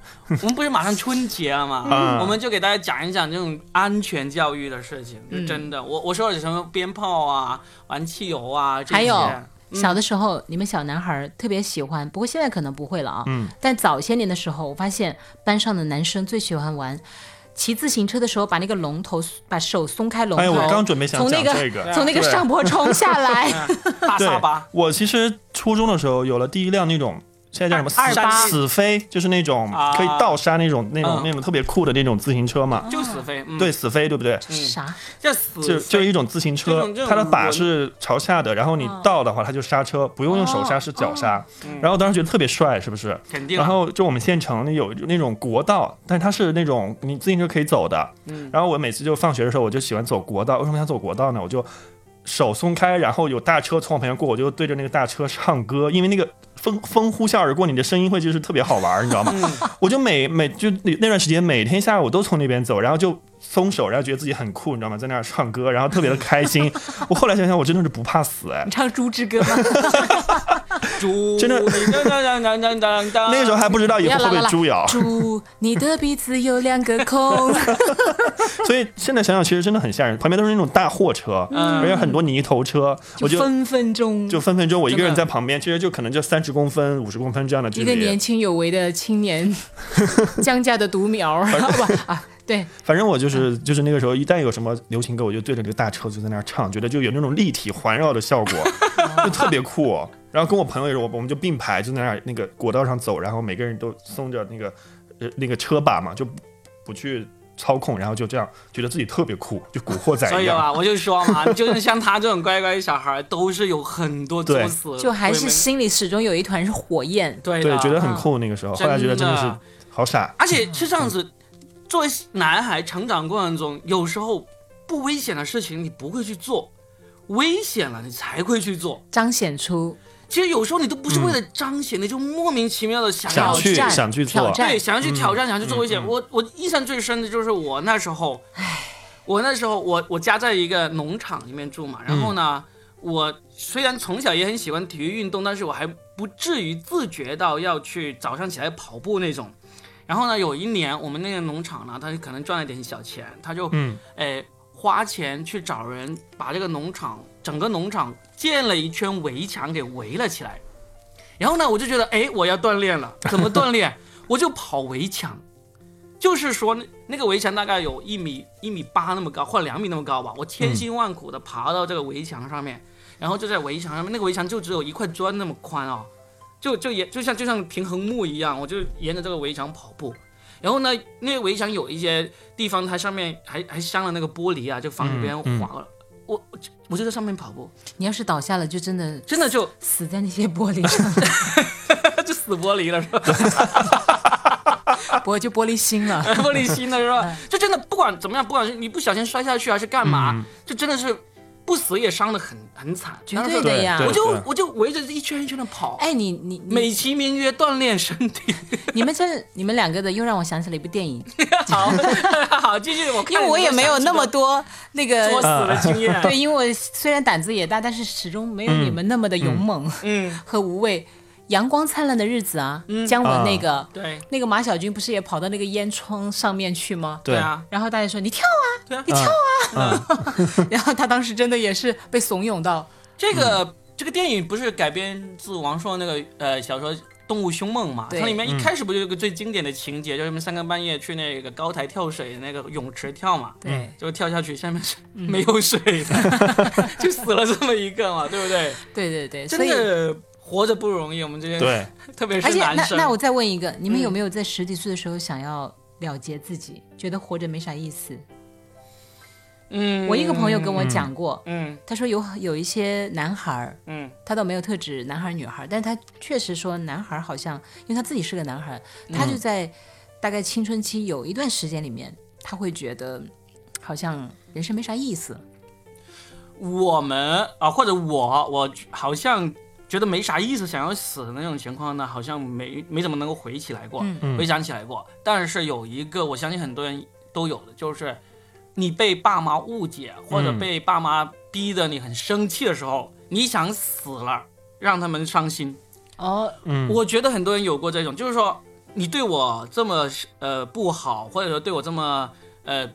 我们不是马上春节了嘛嗯，我们就给大家讲一讲这种安全教育的事情，嗯就真的，我我说的什么鞭炮啊、玩汽油啊，这些还有嗯小的时候，你们小男孩儿特别喜欢，不过现在可能不会了啊。嗯。但早些年的时候，我发现班上的男生最喜欢玩骑自行车的时候，把那个龙头把手松开龙头，哎，我刚准备想从讲那这个个，从那个对上坡冲下来。 大对沙啊巴，我其实初中的时候有了第一辆那种。现在叫什么二死八死飞，就是那种啊可以倒刹那种、那嗯种、那种特别酷的那种自行车嘛。就死飞，嗯对，，死飞，对不对？啥？叫死就飞就是一种自行这车种这，种它的把轮是朝下的，然后你倒的话，它就刹车，不用用手刹，哦是脚刹嗯。然后当时觉得特别帅，是不是？肯定啊，然后就我们县城有那种国道，但它是那种你自行车可以走的。嗯然后我每次就放学的时候，我就喜欢走国道。为什么想走国道呢？我就手松开，然后有大车从我旁边过，我就对着那个大车唱歌，因为那个风风呼啸而过，你的声音会就是特别好玩儿，你知道吗？ 我就每每就那那段时间，每天下午都从那边走，然后就。松手，然后觉得自己很酷，你知道吗？在那儿唱歌，然后特别的开心。我后来想想，我真的是不怕死哎你，唱《猪之歌》吗？猪，真的当当当当当当当，那个时候还不知道以后要啦会啦被啦猪咬。猪，你的鼻子有两个孔。所以现在想想，其实真的很吓人。旁边都是那种大货车，嗯而且很多泥头车，我就分分钟，就分分钟我一个真人的在旁边，其实就可能就三十公分、五十公分这样的距一个年离。轻有为的青年，江家的独苗，然后吧啊， 对，反正我就是嗯就是那个时候，一旦有什么流行歌，我就对着这个大车就在那儿唱，觉得就有那种立体环绕的效 果，就特别酷。哦然后跟我朋友也是，我我们就并排就在那儿那个国道上走，然后每个人都松着那个呃那个车把嘛，就不不去操控，然后就这样觉得自己特别酷，就古惑仔所一以样。啊，我就说嘛，就是像他这种乖乖小孩，都是有很多作对死，就还鬼是门心里始终有一团是火焰。对对的，，觉得很酷那个时候，后来觉得真的啊真的是好傻。而且是这样子，作为男孩成长过程中，有时候不危险的事情你不会去做，危险了你才会去做。彰显出其实有时候你都不是为了彰显，你就莫名其妙的想嗯想要去挑战想去做挑战嗯对，想要去挑战，想要去做危险。我我印象最深的就是我那时候，我那时候我我家在一个农场里面住嗯嘛，然后呢，我虽然从小也很喜欢体育运动，但是我还不至于自觉到要去早上起来跑步那种。然后呢，有一年我们那个农场呢，他可能赚了点小钱，他就嗯，哎花钱去找人把这个农场整个农场建了一圈围墙给围了起来。然后呢，我就觉得哎，我要锻炼 了，怎么锻炼？我就跑围墙，就是说那那个围墙大概有一米一米八那么高，或者两米那么高吧。我千辛万苦的爬到这个围墙上面，然后就在围墙上面，那个围墙就只有一块砖那么宽哦，就就也就像就像平衡木一样，我就沿着这个围墙跑步。然后呢，那个围墙有一些地方，它上面还还镶了那个玻璃啊，就防止别人嗯嗯滑了。我我就我就在上面跑步，你要是倒下了，就真的真的就死在那些玻璃 上，就死玻璃了，是吧？玻就玻璃心了。玻璃心的是吧？嗯就真的不管怎么样，不管是你不小心摔下去还是干嘛，嗯就真的是不死也伤得很很惨， 绝对的呀对我对就我就围着一圈一圈的跑，哎，你你你美其名曰锻炼身体。你们这你们两个的又让我想起了一部电影，好， 好，继续。我看 因为我你也没有想起那么的多那作死个，嗯的经验。 对，因为我虽然胆子也大，但是始终没有你们那么的勇 猛嗯，和无畏。阳光灿烂的日子啊，姜文那个对，那个马小军不是也跑到那个烟囱上面去吗？对啊，然后大家说你跳啊，对啊你，跳啊，嗯 然后他当时真的也是被怂恿到，这个这个电影不是改编自王朔那个呃小说。动物凶梦嘛，对它里嗯面一开始不就有个最经典的情节，就是你们三更半夜去那个高台跳水那个泳池跳嘛，对，就跳下去，下面是 嗯没有水的，就死了这么一个嘛，对不对？ 对对对，所真以的活着不容易，我们这些对， 特别而是且男那生，那我再问一个，你们嗯有没有在十几岁的时候想要了结自己，觉得活着没啥意思？嗯，我一个朋友跟我讲过，嗯他说有有一些男孩儿，嗯他倒没有特指男孩儿女孩儿，但他确实说男孩儿好像，因为他自己是个男孩儿，他就在大概青春期有一段时间里面，他会觉得好像人生没啥意思。我们啊，或者我，我好像觉得没啥意思，想要死的那种情况呢，好像没没怎么能够回起来过，嗯嗯回想起来过。但是有一个，我相信很多人都有的，就是你被爸妈误解，或者嗯被爸妈逼得你很生气的时候，你想死了，让他们伤心。哦，嗯，我觉得很多人有过这种，就是说你对我这么呃不好，或者说对我这么呃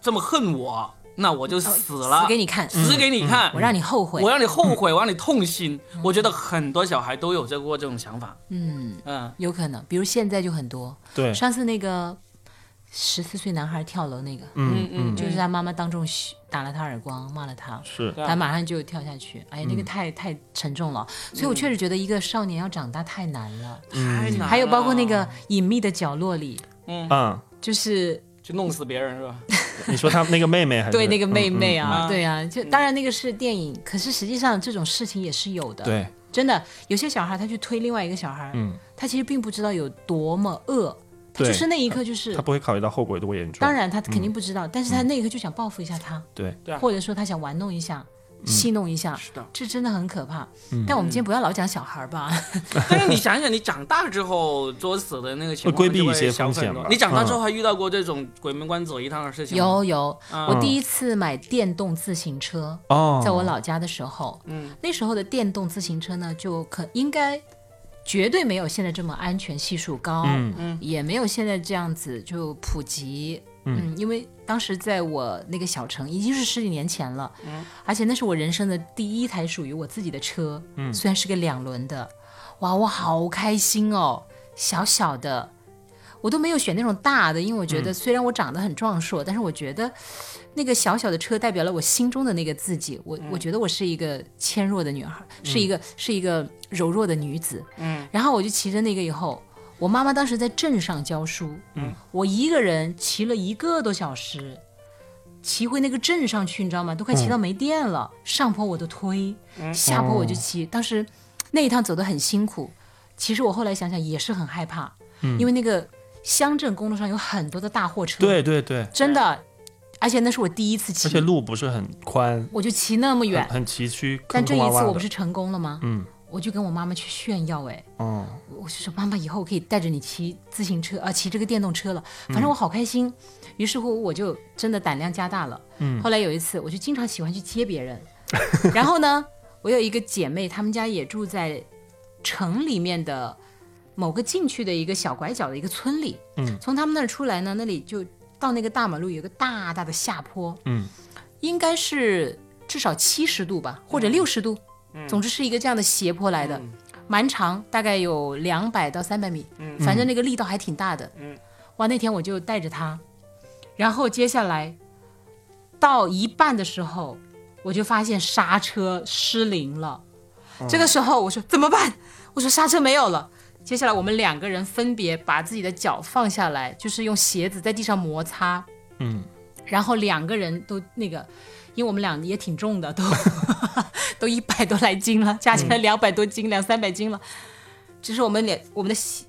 这么恨我，那我就死了，哦嗯死给你看，死给你看，嗯我让你后悔我。让你后悔，我让你痛心。我觉得很多小孩都有这过这种想法。嗯，嗯，有可能，比如现在就很多。对，上次那个十四岁男孩跳楼那个，嗯嗯嗯就是他妈妈当众嘘打了他耳光，骂了他，是，嗯对啊他马上就跳下去。哎呀，那个太太沉重了，所以我确实觉得一个少年要长大太难了。太难了。还有包括那啊个，隐秘的角落里，嗯，就是就弄死别人是吧？你说他那个妹妹还是对那个妹妹啊，嗯嗯啊，对啊，就当然那个是电影，可是实际上这种事情也是有的。嗯对，真的有些小孩他去推另外一个小孩，嗯，他其实并不知道有多么恶，他对就是那一刻就是他。不会嗯考虑到后果有多严重。当，然，他肯定不知道，但是他那一刻就想报复一下他，对，对啊嗯或者说他想玩弄一下、戏弄一下，是 的。这真的很可怕。嗯但我们今天不要老讲小孩儿吧，但是你想想，你长大之后作死的那个情况会规避就会一些小风很险多吧嗯你长大之后还遇到过这种鬼门关走一趟的事情吗？有有，我嗯第一次买电动自行车，哦，在我老家的时候，嗯，那时候的电动自行车呢，就可应该绝对没有现在这么安全系数高，嗯也没有现在这样子就普及。嗯，因为当时在我那个小城已经是十几年前了，嗯，而且那是我人生的第一台属于我自己的车，嗯，虽然是个两轮的，哇，我好开心哦，小小的，我都没有选那种大的，因为我觉得虽然我长得很壮硕，但是我觉得那个小小的车代表了我心中的那个自己，我我觉得我是一个纤弱的女孩，是一个是一个柔弱的女子，嗯，然后我就骑着那个以后。我妈妈当时在镇上教书，嗯，我一个人骑了一个多小时，骑回那个镇上去，你知道吗？都快骑到没电了，上坡我都推，下坡我就骑。当时那一趟走得很辛苦，其实我后来想想也是很害怕，因为那个乡镇公路上有很多的大货车，，对对对，真的，而且那是我第一次而且骑，路不是很宽，我就骑那么很远。很崎岖，但这一次我不是，是成功了吗？嗯，我就跟我妈妈去炫耀，哎，哦，我就说妈妈，以后我可以带着你骑自行车啊、骑这个电动车了，嗯反正我好开心。于是乎，我就真的胆量加大了。嗯，后来有一次，我就经常喜欢去接别人。 然后呢，我有一个姐妹，她们家也住在城里面的某个进去的一个小拐角的一个村里。嗯，从他们那儿出来呢，那里就到那个大马路有一个大大的下坡。嗯，应该是至少七十度吧，或者嗯六十度。总之是一个这样的斜坡来的。蛮长，大概有两百到三百米，反正那个力道还挺大的。嗯，哇，那天我就带着它，然后接下来到一半的时候，我就发现刹车失灵了。这个时候我说怎么办？我说刹车没有了。接下来我们两个人分别把自己的脚放下来，就是用鞋子在地上摩擦，嗯，然后两个人都那个，因为我们俩也挺重的，都 都一百多来斤了，加起来两百多斤，两三百斤了。只是我们俩我们的鞋，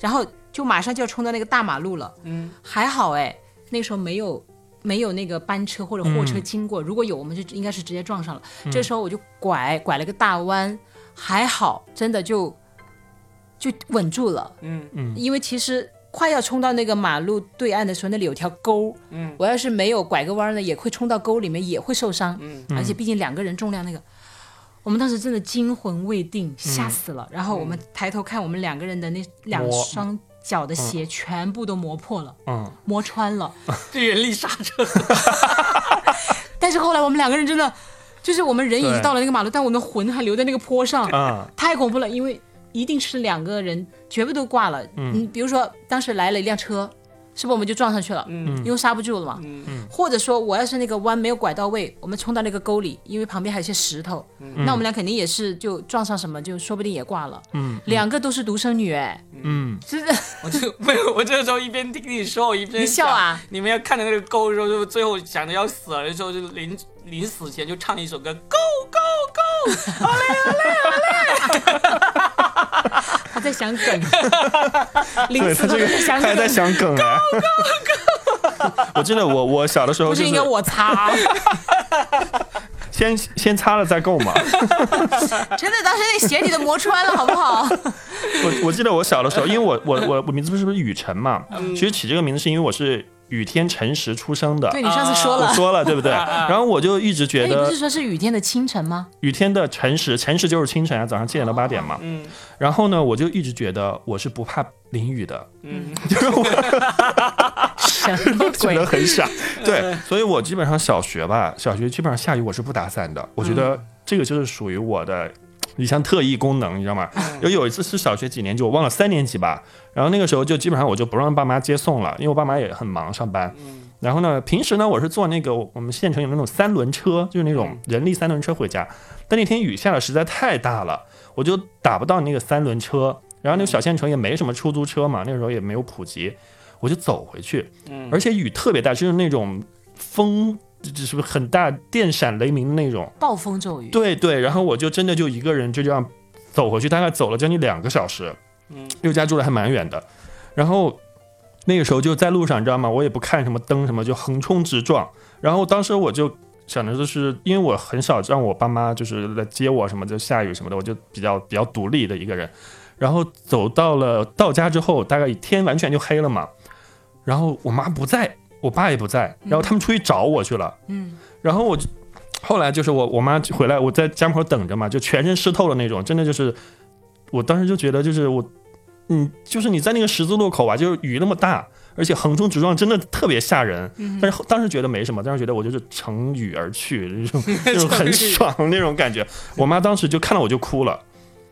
然后就马上就要冲到那个大马路了。嗯，还好哎，那时候没有没有那个班车或者货车经过，如果有我们就应该是直接撞上了。这时候我就拐拐了个大弯，还好真的就就稳住了。嗯嗯，因为其实。快要冲到那个马路对岸的时候，那里有条沟，嗯，我要是没有拐个弯呢，也会冲到沟里面，也会受伤，嗯，而且毕竟两个人重量那个，我们当时真的惊魂未定，吓死了。然后我们抬头嗯看，我嗯们两个人的那两磨双脚的鞋全部都磨破了，嗯，磨穿了。这人力刹车，但是后来我们两个人真的，就是我们人已经对到了那个马路，但我们魂还留在那个坡 上，啊，太恐怖了，嗯因为一定是两个人全部都挂了。嗯，比如说当时来了一辆车，是不是我们就撞上去了？嗯因为刹不住了嘛。嗯或者说我要是那个弯没有拐到位，我们冲到那个沟里，因为旁边还有一些石头，那我们俩肯定也是就撞上什么，就说不定也挂了。 嗯两个都是独生女，哎，嗯，就是 我就没有，我这个时候一边听你说，我一边你笑啊想。你们要看着那个沟的时候，就最后想着要死了的时候，就临临死前就唱一首歌，Go Go Go，他在想 梗，临对死他都这个在想还在梗，想梗啊！ 我真的，我我小的时候不就是应该我擦， 先先擦了再购嘛。真的当时那鞋底都磨穿了，好不 好？我我记得我小的时候，因为我 我我我名字不是不是雨辰嘛，嗯其实起这个名字是因为我是雨天辰时出生的对，你上次说我了，说了对不对？然后我就一直哎，觉你不得是说是雨天的清晨 吗？雨天的辰时，辰时就是清晨啊，早上七点到八点嘛。嗯然后呢，我就一直觉得我是不怕淋雨的， 嗯，什么觉鬼得？很傻。对，所以我基本上小学吧，小学基本上下雨我是不打伞的。我觉得这个就是属于我的一项特异功能，你知道吗？有有一次是小学几年级，我忘了三年级吧。然后那个时候就基本上我就不让爸妈接送了，因为我爸妈也很忙上班。然后呢，平时呢我是坐那个我们县城有那种三轮车，就是那种人力三轮车回家。但那天雨下的实在太大了，我就打不到那个三轮车。然后那个小县城也没什么出租车嘛，那时候也没有普及，我就走回去。而且雨特别大，就是那种风，就是不是很大电闪雷鸣的那种。暴风骤雨，对对，然后我就真的就一个人就这样走回去，大概走了将近两个小时，嗯，又家住的还蛮远的。然后那个时候就在路上，你知道吗？我也不看什么灯什么，就横冲直撞。然后当时我就想着，就是因为我很少让我爸妈就是来接我什么，就下雨什么的，我就比较比较独立的一个人。然后走到了到家之后，大概天完全就黑了嘛。然后我妈不在，我爸也不在，然后他们出去找我去了。嗯，然后我就后来就是我我妈回来，我在家门口等着嘛，就全身湿透了那种，真的就是，我当时就觉得就是我，嗯，就是你在那个十字路口啊，就是雨那么大，而且横冲直撞，真的特别吓人。但是当时觉得没什么，当时觉得我就是乘雨而去，那种那种很爽那种感觉。我妈当时就看到我就哭了，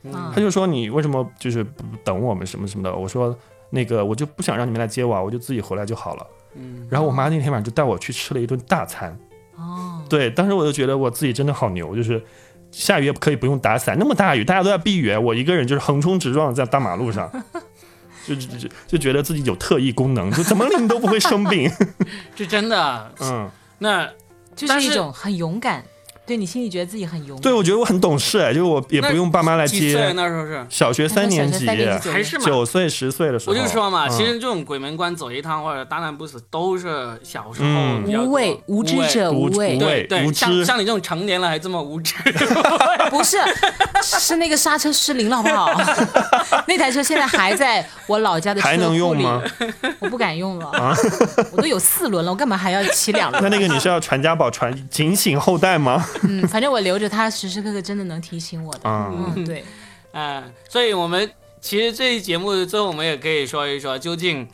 嗯她就说你为什么就是不等我们什么什么的？我说那个我就不想让你们来接我啊，我就自己回来就好了。嗯然后我妈那天晚上就带我去吃了一顿大餐。哦，对，当时我就觉得我自己真的好牛，就是下雨也可以不用打伞，那么大雨大家都在避雨，我一个人就是横冲直撞在大马路 上，就就就就觉得自己有特异功能，就怎么淋都不会生病。 这真的， 嗯，那就是但一是种很勇敢，对你心里觉得自己很勇敢。对，我觉得我很懂事，哎就是我也不那用爸妈来几岁啊接。那时候是？小学三年小学级，三年级左右还是嘛，九岁十岁的时候，我就说嘛，嗯其实这种鬼门关走一趟或者大难不死，都是小时候嗯比较无畏，无知者无无畏无，对畏对，无像知像你这种成年了还这么无知，不是，是 那个刹车失灵了，好不 好？那台车现在还在我老家的车库还里，能用吗？啊我不敢用了， 我都有四轮了，我干嘛还要骑两 那轮？那个你是要传家宝传警醒后代吗？嗯，反正我留着它，时时刻刻真的能提醒我的。啊、嗯，对，嗯，所以我们其实这一节目最后，我们也可以说一说，究竟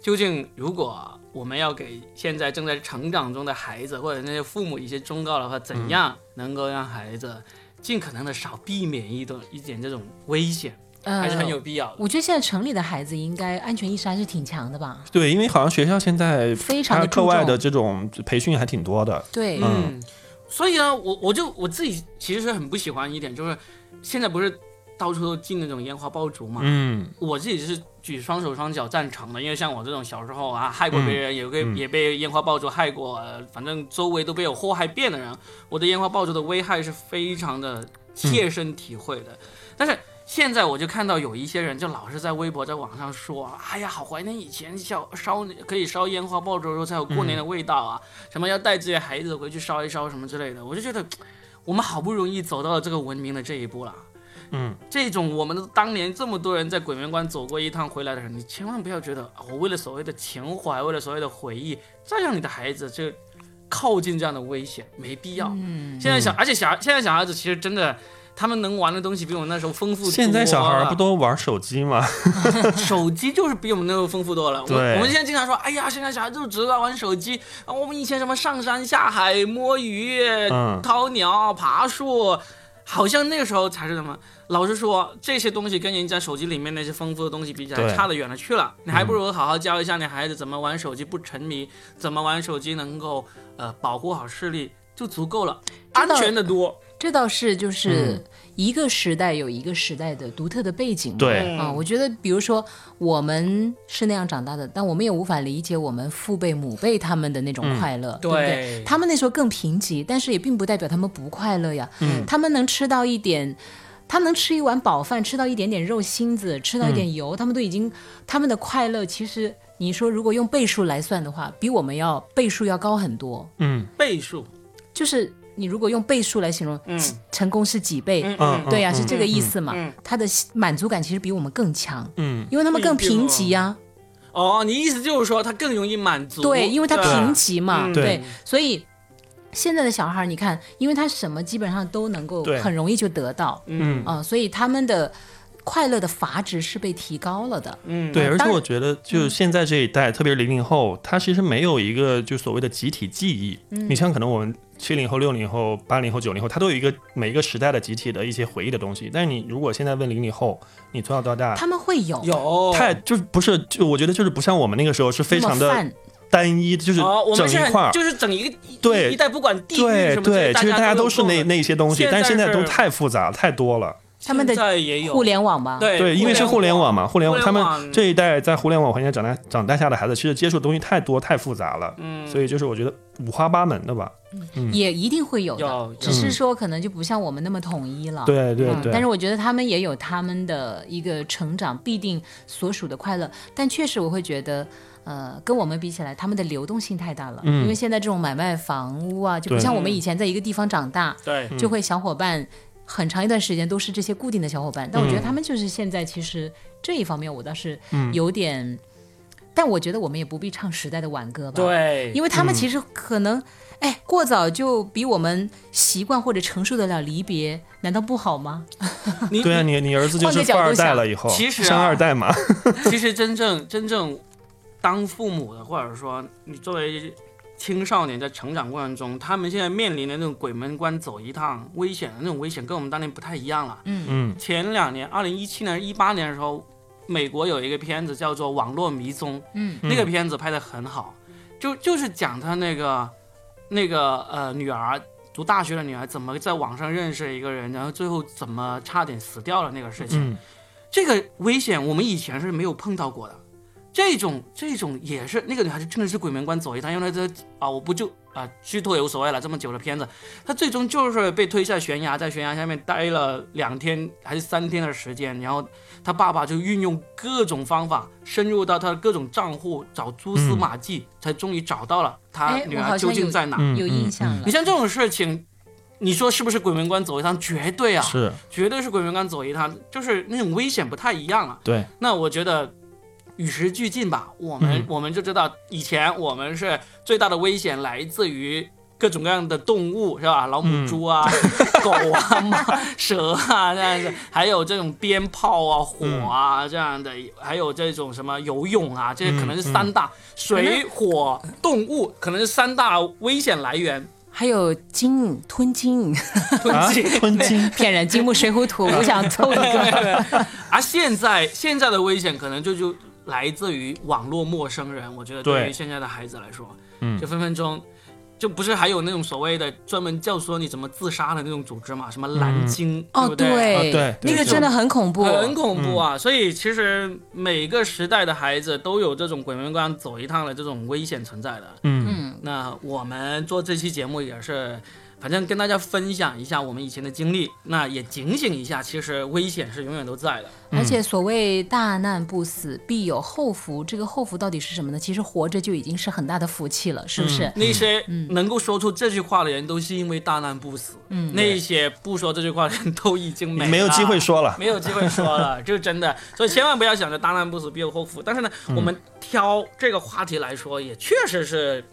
究竟如果我们要给现在正在成长中的孩子或者那些父母一些忠告的话，怎样能够让孩子尽可能的少避免一种一点这种危险，嗯、还是很有必要的。我觉得现在城里的孩子应该安全意识还是挺强的吧？ 对，因为好像学校现在非常它地注课外重的这种培训还挺多的，对，嗯，所以呢，我我就我自己其实是很不喜欢一点，就是现在不是到处都进那种烟花爆竹嘛，嗯。我自己是举双手双脚赞成的，因为像我这种小时候啊害过别人，也被、嗯也被烟花爆竹害过，呃反正周围都被我祸害遍的人，我对烟花爆竹的危害是非常嗯的切身体会的。但是现在我就看到有一些人就老是在微博、在网上说，哎呀，好怀念以前烧烧可以烧烟花爆竹的时候才有过年嗯的味道啊，什么要带自己的孩子回去烧一烧什么之类的，我就觉得我们好不容易走到了这个文明的这一步了。嗯，这种我们当年这么多人在鬼门关走过一趟回来的人，你千万不要觉得啊我为了所谓的情怀，为了所谓的回忆，再让你的孩子就靠近这样的危险，没必要。嗯，现在小，而且小现在小孩子其实真的，他们能玩的东西比我们那时候丰富多了。现在小孩儿不都玩手机吗？ 手机就是比我们那时候丰富多了。我对我们现在经常说，哎呀，现在小孩就只知道玩手机啊。呃我们以前什么上山下海、摸鱼、嗯掏鸟、爬树，好像那个时候才是什么。老实说，这些东西跟人家手机里面那些丰富的东西比起来，对嗯差得远了去了。你还不如好好教一下你孩子怎么玩手机不沉迷，怎么玩手机能够呃保护好视力就足够了，这安倒全的多。这倒是就是嗯一个时代有一个时代的独特的背景嘛。对啊，我觉得，比如说我们是那样长大的，但我们也无法理解我们父辈、母辈他们的那嗯种快乐，对不对他们那时候更贫瘠，但是也并不代表他们不快乐呀。嗯他们能吃到一点，他能吃一碗饱饭，吃到一点点肉芯子，吃到一嗯点油，他们都已经，他们的快乐其实。你说，如果用倍数来算的话，比我们要倍数要高很多。嗯倍数，就是你如果用倍数来形容，嗯成功是几倍，嗯嗯，对呀、嗯是这个意思嘛？嗯他的满足感其实比我们更强，嗯因为他们更贫瘠呀、哦，你意思就是说他更容易满足？对，因为他对贫瘠嘛，嗯对所以现在的小孩儿，你看，因为他什么基本上都能够对很容易就得到，嗯，啊、所以他们的快乐的阀值是被提高了的。嗯，对，而且当我觉得，就现在这一代，特别是零零后，他其实没有一个就所谓的集体记忆。嗯你像可能我们七零后、六零后、八零后、九零后，他都有一个每一个时代的集体的一些回忆的东西。但是你如果现在问零零后，你从小到大，他们会有嗯有太就是不是就我觉得就是不像我们那个时候是非那么常的泛，单一，就是哦，我整们一现块在儿。就是整一个一对一代，不管地域对什么之类，对，其实大家都都有是那共的那一些东西，现但是现在在都是太复杂太多了。他们的现在也有互联网吧，对对，因为是互联网嘛，互联哎互网，联他网们这一代在互联网环境长大长大下的孩子，其实接触的东西太多太复杂了，嗯所以就是我觉得五花八门的吧。嗯也一定会有的，有嗯只是说可能就不像我们那么统一了。对对嗯对，但是我觉得他们也有他们的一个成长必定所属的快乐，但确实我会觉得。呃，跟我们比起来，他们的流动性太大了，嗯因为现在这种买卖房屋啊，就不对像我们以前在一个地方长大，对嗯就会小伙伴很长一段时间都是这些固定的小伙伴。嗯但我觉得他们就是现在其实这一方面，我倒是嗯有点，但我觉得我们也不必唱时代的挽歌吧，对，因为嗯他们其实可能，哎，过早就比我们习惯或者承受得了离别，难道不好吗？你对啊，你你儿子就换是个富角度二代想了以后，其实啊生二代嘛，其实真正真正当父母的，或者说你作为青少年在成长过程中，他们现在面临的那种鬼门关走一趟危险的那种危险，跟我们当年不太一样了。嗯前两年，二零一七年、一八年的时候，美国有一个片子叫做《网络迷踪》，嗯，那个片子拍得很好，就就是讲他那个那个呃女儿读大学的女儿怎么在网上认识一个人，然后最后怎么差点死掉了那个事情。嗯，这个危险我们以前是没有碰到过的。这种这种也是那个女孩子真的是鬼门关走一趟，因为她这啊我不就啊剧透也无所谓了，这么久的片子，她最终就是被推下悬崖，在悬崖下面待了两天还是三天的时间，然后她爸爸就运用各种方法深入到她的各种账户找蛛嗯丝马迹，才终于找到了她哎女我儿好像究竟有在哪。嗯有印象了你。像这种事情，你说是不是鬼门关走一趟？绝对啊，是绝对是鬼门关走一趟，就是那种危险不太一样了。对，那我觉得与时俱进吧，我们、嗯我们就知道以前我们是最大的危险来自于。各种各样的动物是吧？老母猪啊、 狗啊、马、蛇啊这样子，还有这种鞭炮啊、火啊、这样的，还有这种什么游泳啊，这些可能是三大、水、火、动物，可能是三大危险来源。还有金吞 金，啊，吞金，骗人！金木水火 土，我想凑一个。而啊现在现在的危险可能就就来自于网络陌生人，我觉得对对于现在的孩子来说，嗯就分分钟。就不是还有那种所谓的专门教唆你怎么自杀的那种组织嘛？什么蓝鲸，对哦，不对？啊对那个对真的很恐怖。哦很恐怖嗯啊！所以其实每个时代的孩子都有这种鬼门关走一趟的这种危险存在的。嗯嗯，那我们做这期节目也是，反正跟大家分享一下我们以前的经历，那也警醒一下，其实危险是永远都在的。嗯而且所谓大难不死，必有后福。这个后福到底是什么呢？其实活着就已经是很大的福气了，是不是？那些能够说出这句话的人，都是因为大难不死。嗯，那些不说这句话的人都已经没没有了啊机会说 了没有机会说了，这是真的。所以千万不要想着大难不死必有后福。但是呢，我们挑这个话题来说，也确实是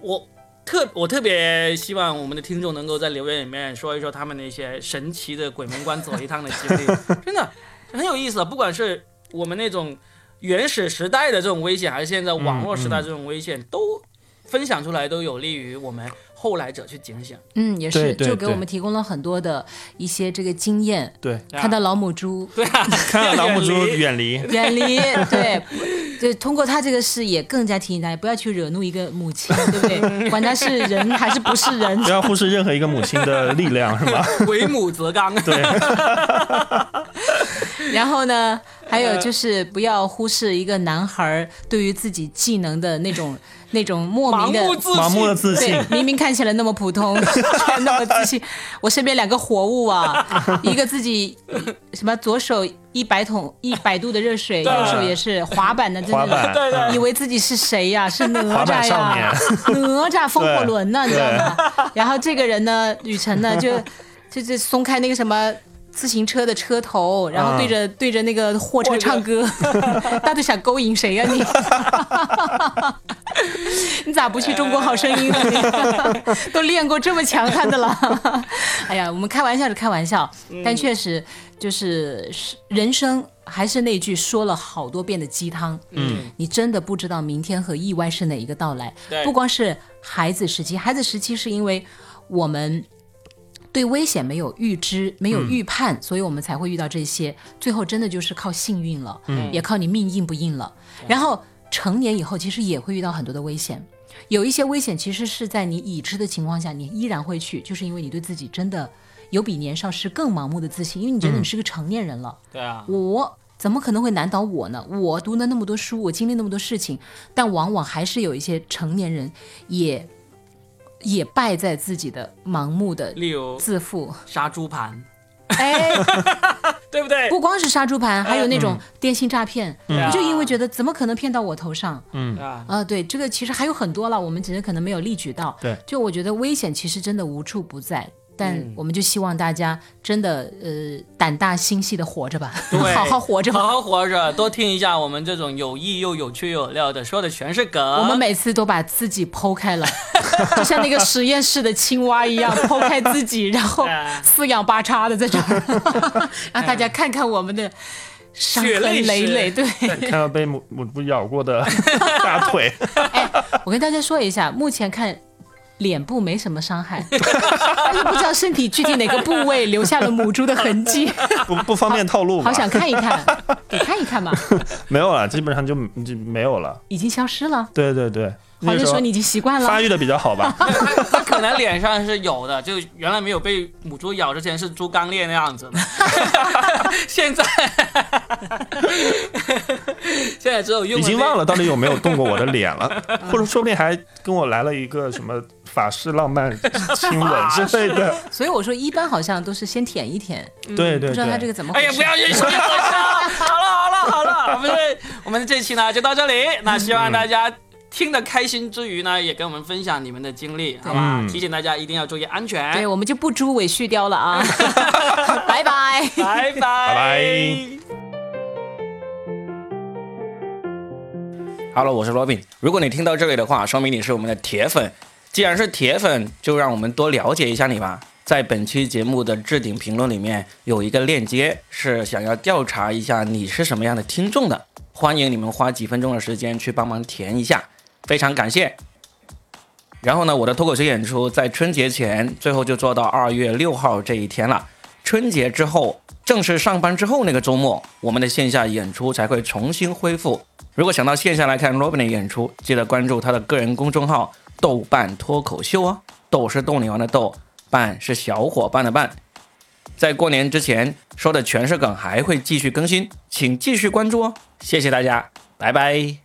我。特我特别希望我们的听众能够在留言里面说一说他们那些神奇的鬼门关走一趟的经历，真的很有意思。啊不管是我们那种原始时代的这种危险，还是现在网络时代这种危险，都分享出来，都有利于我们后来者去警醒。嗯，也是，对对就给我对们提供了很多的一些这个经验。对，对啊看到老母猪，对啊，看到老母猪要 远离远离，远离，对，就通过他这个事也更加提醒大家不要去惹怒一个母亲，对不对？管他是人还是不是人不，要忽视任何一个母亲的力量，是吧？为母则刚。对，然后呢，还有就是不要忽视一个男孩儿对于自己技能的那种那种莫盲名目的。自盲目的信。自信对，，明明看起来那么普通， 却那么自信。我身边两个活物啊，一个自己什么左手一百桶一百度的热水，右手也是滑板的，真滑的 板，对对以嗯为自己是谁 呀、是哪滑吒板呀、少 年哪吒风火轮呢，你对知道吗？然后这个人呢，雨辰呢，就就就松开那个什么。自行车的车头，然后对着、嗯对着那个货车唱 歌，到底想勾引谁呀、你？你咋不去中国好声音呢？你 都练过这么强悍的了。 哎呀，我们开玩笑是开玩笑，嗯但确实就是是人生还是那句说了好多遍的鸡汤。嗯，你真的不知道明天和意外是哪一个到来。对不光是孩子时期，孩子时期是因为我们对危险没有预知、没有预判，嗯所以我们才会遇到这些。最后真的就是靠幸运了，嗯也靠你命硬不硬了。然后成年以后，其实也会遇到很多的危险。有一些危险其实是在你已知的情况下，你依然会去，就是因为你对自己真的有比年少时更盲目的自信，因为你觉得你是个成年人了。对啊，我怎么可能会难倒我呢？我读了那么多书，我经历那么多事情，但往往还是有一些成年人也也败在自己的盲目的例如自负。杀猪盘，哎，对不对？不光是杀猪盘，还有那种电信诈骗，哎嗯对啊你就因为觉得怎么可能骗到我头上？对啊，啊，对，这个其实还有很多了，我们只是可能没有例举到。对，就我觉得危险其实真的无处不在，但嗯我们就希望大家真的呃胆大心细的活着吧，对 好好活着吧好。好活着，多听一下我们这种有益又有趣又有料的，说的全是梗。我们每次都把自己剖开了， 就像那个实验室的青蛙 一样剖开自己，然后啊四仰八叉的在这儿， 让大家看看我们的伤血痕泪史累累。对，看到被母母猪咬过的 大腿， 我跟大家说一下，目前看。脸部没什么伤害，但是不知道身体具体哪个部位留下了母猪的痕迹，不不方便透露吧好？想看一看，你看一看吧，没有了，基本上就就没有了。已经消失了，对对对，好那像时候说你已经习惯了发。育的比较 好吧？他他可能脸上是有 的，就原来没有被母猪咬之前是猪刚鬣那样子的， 现在 现在只有用已经那忘了到底有没有动过我的脸 了，或者说不定还跟我来了一个什么法式浪漫亲吻之类 的。所以我说，一般好像都是先舔一舔，对对啊不知道他这对个，怎么回哎事。呀，不要越说越好笑。好了好了好了，我们这我们这期呢就到这里。那希望大家听得开心之余呢，也跟我们分享你们的经历，好吧？嗯提醒大家一定要注意安对，全。我们就不猪尾续貂了 啊，拜拜。拜拜拜拜。 Hello，我是 Robin。如果你听到这里的话，说明你是我们的铁粉。既然是铁粉，就让我们多了解一下你吧。在本期节目的置顶评论里面有一个链接，是想要调查一下你是什么样的听众的，欢迎你们花几分钟的时间去帮忙填一下，非常感谢。然后呢，我的脱口秀演出在春节前最后就做到二月六号这一天了。春节之后，正式上班之后那个周末，我们的线下演出才会重新恢复。如果想到线下来看 Robin 的演出，记得关注他的个人公众号“豆瓣脱口秀”哦。豆是逗你玩的豆，瓣是小伙伴的伴。在过年之前说的全是梗还会继续更新，请继续关注哦。谢谢大家，拜拜。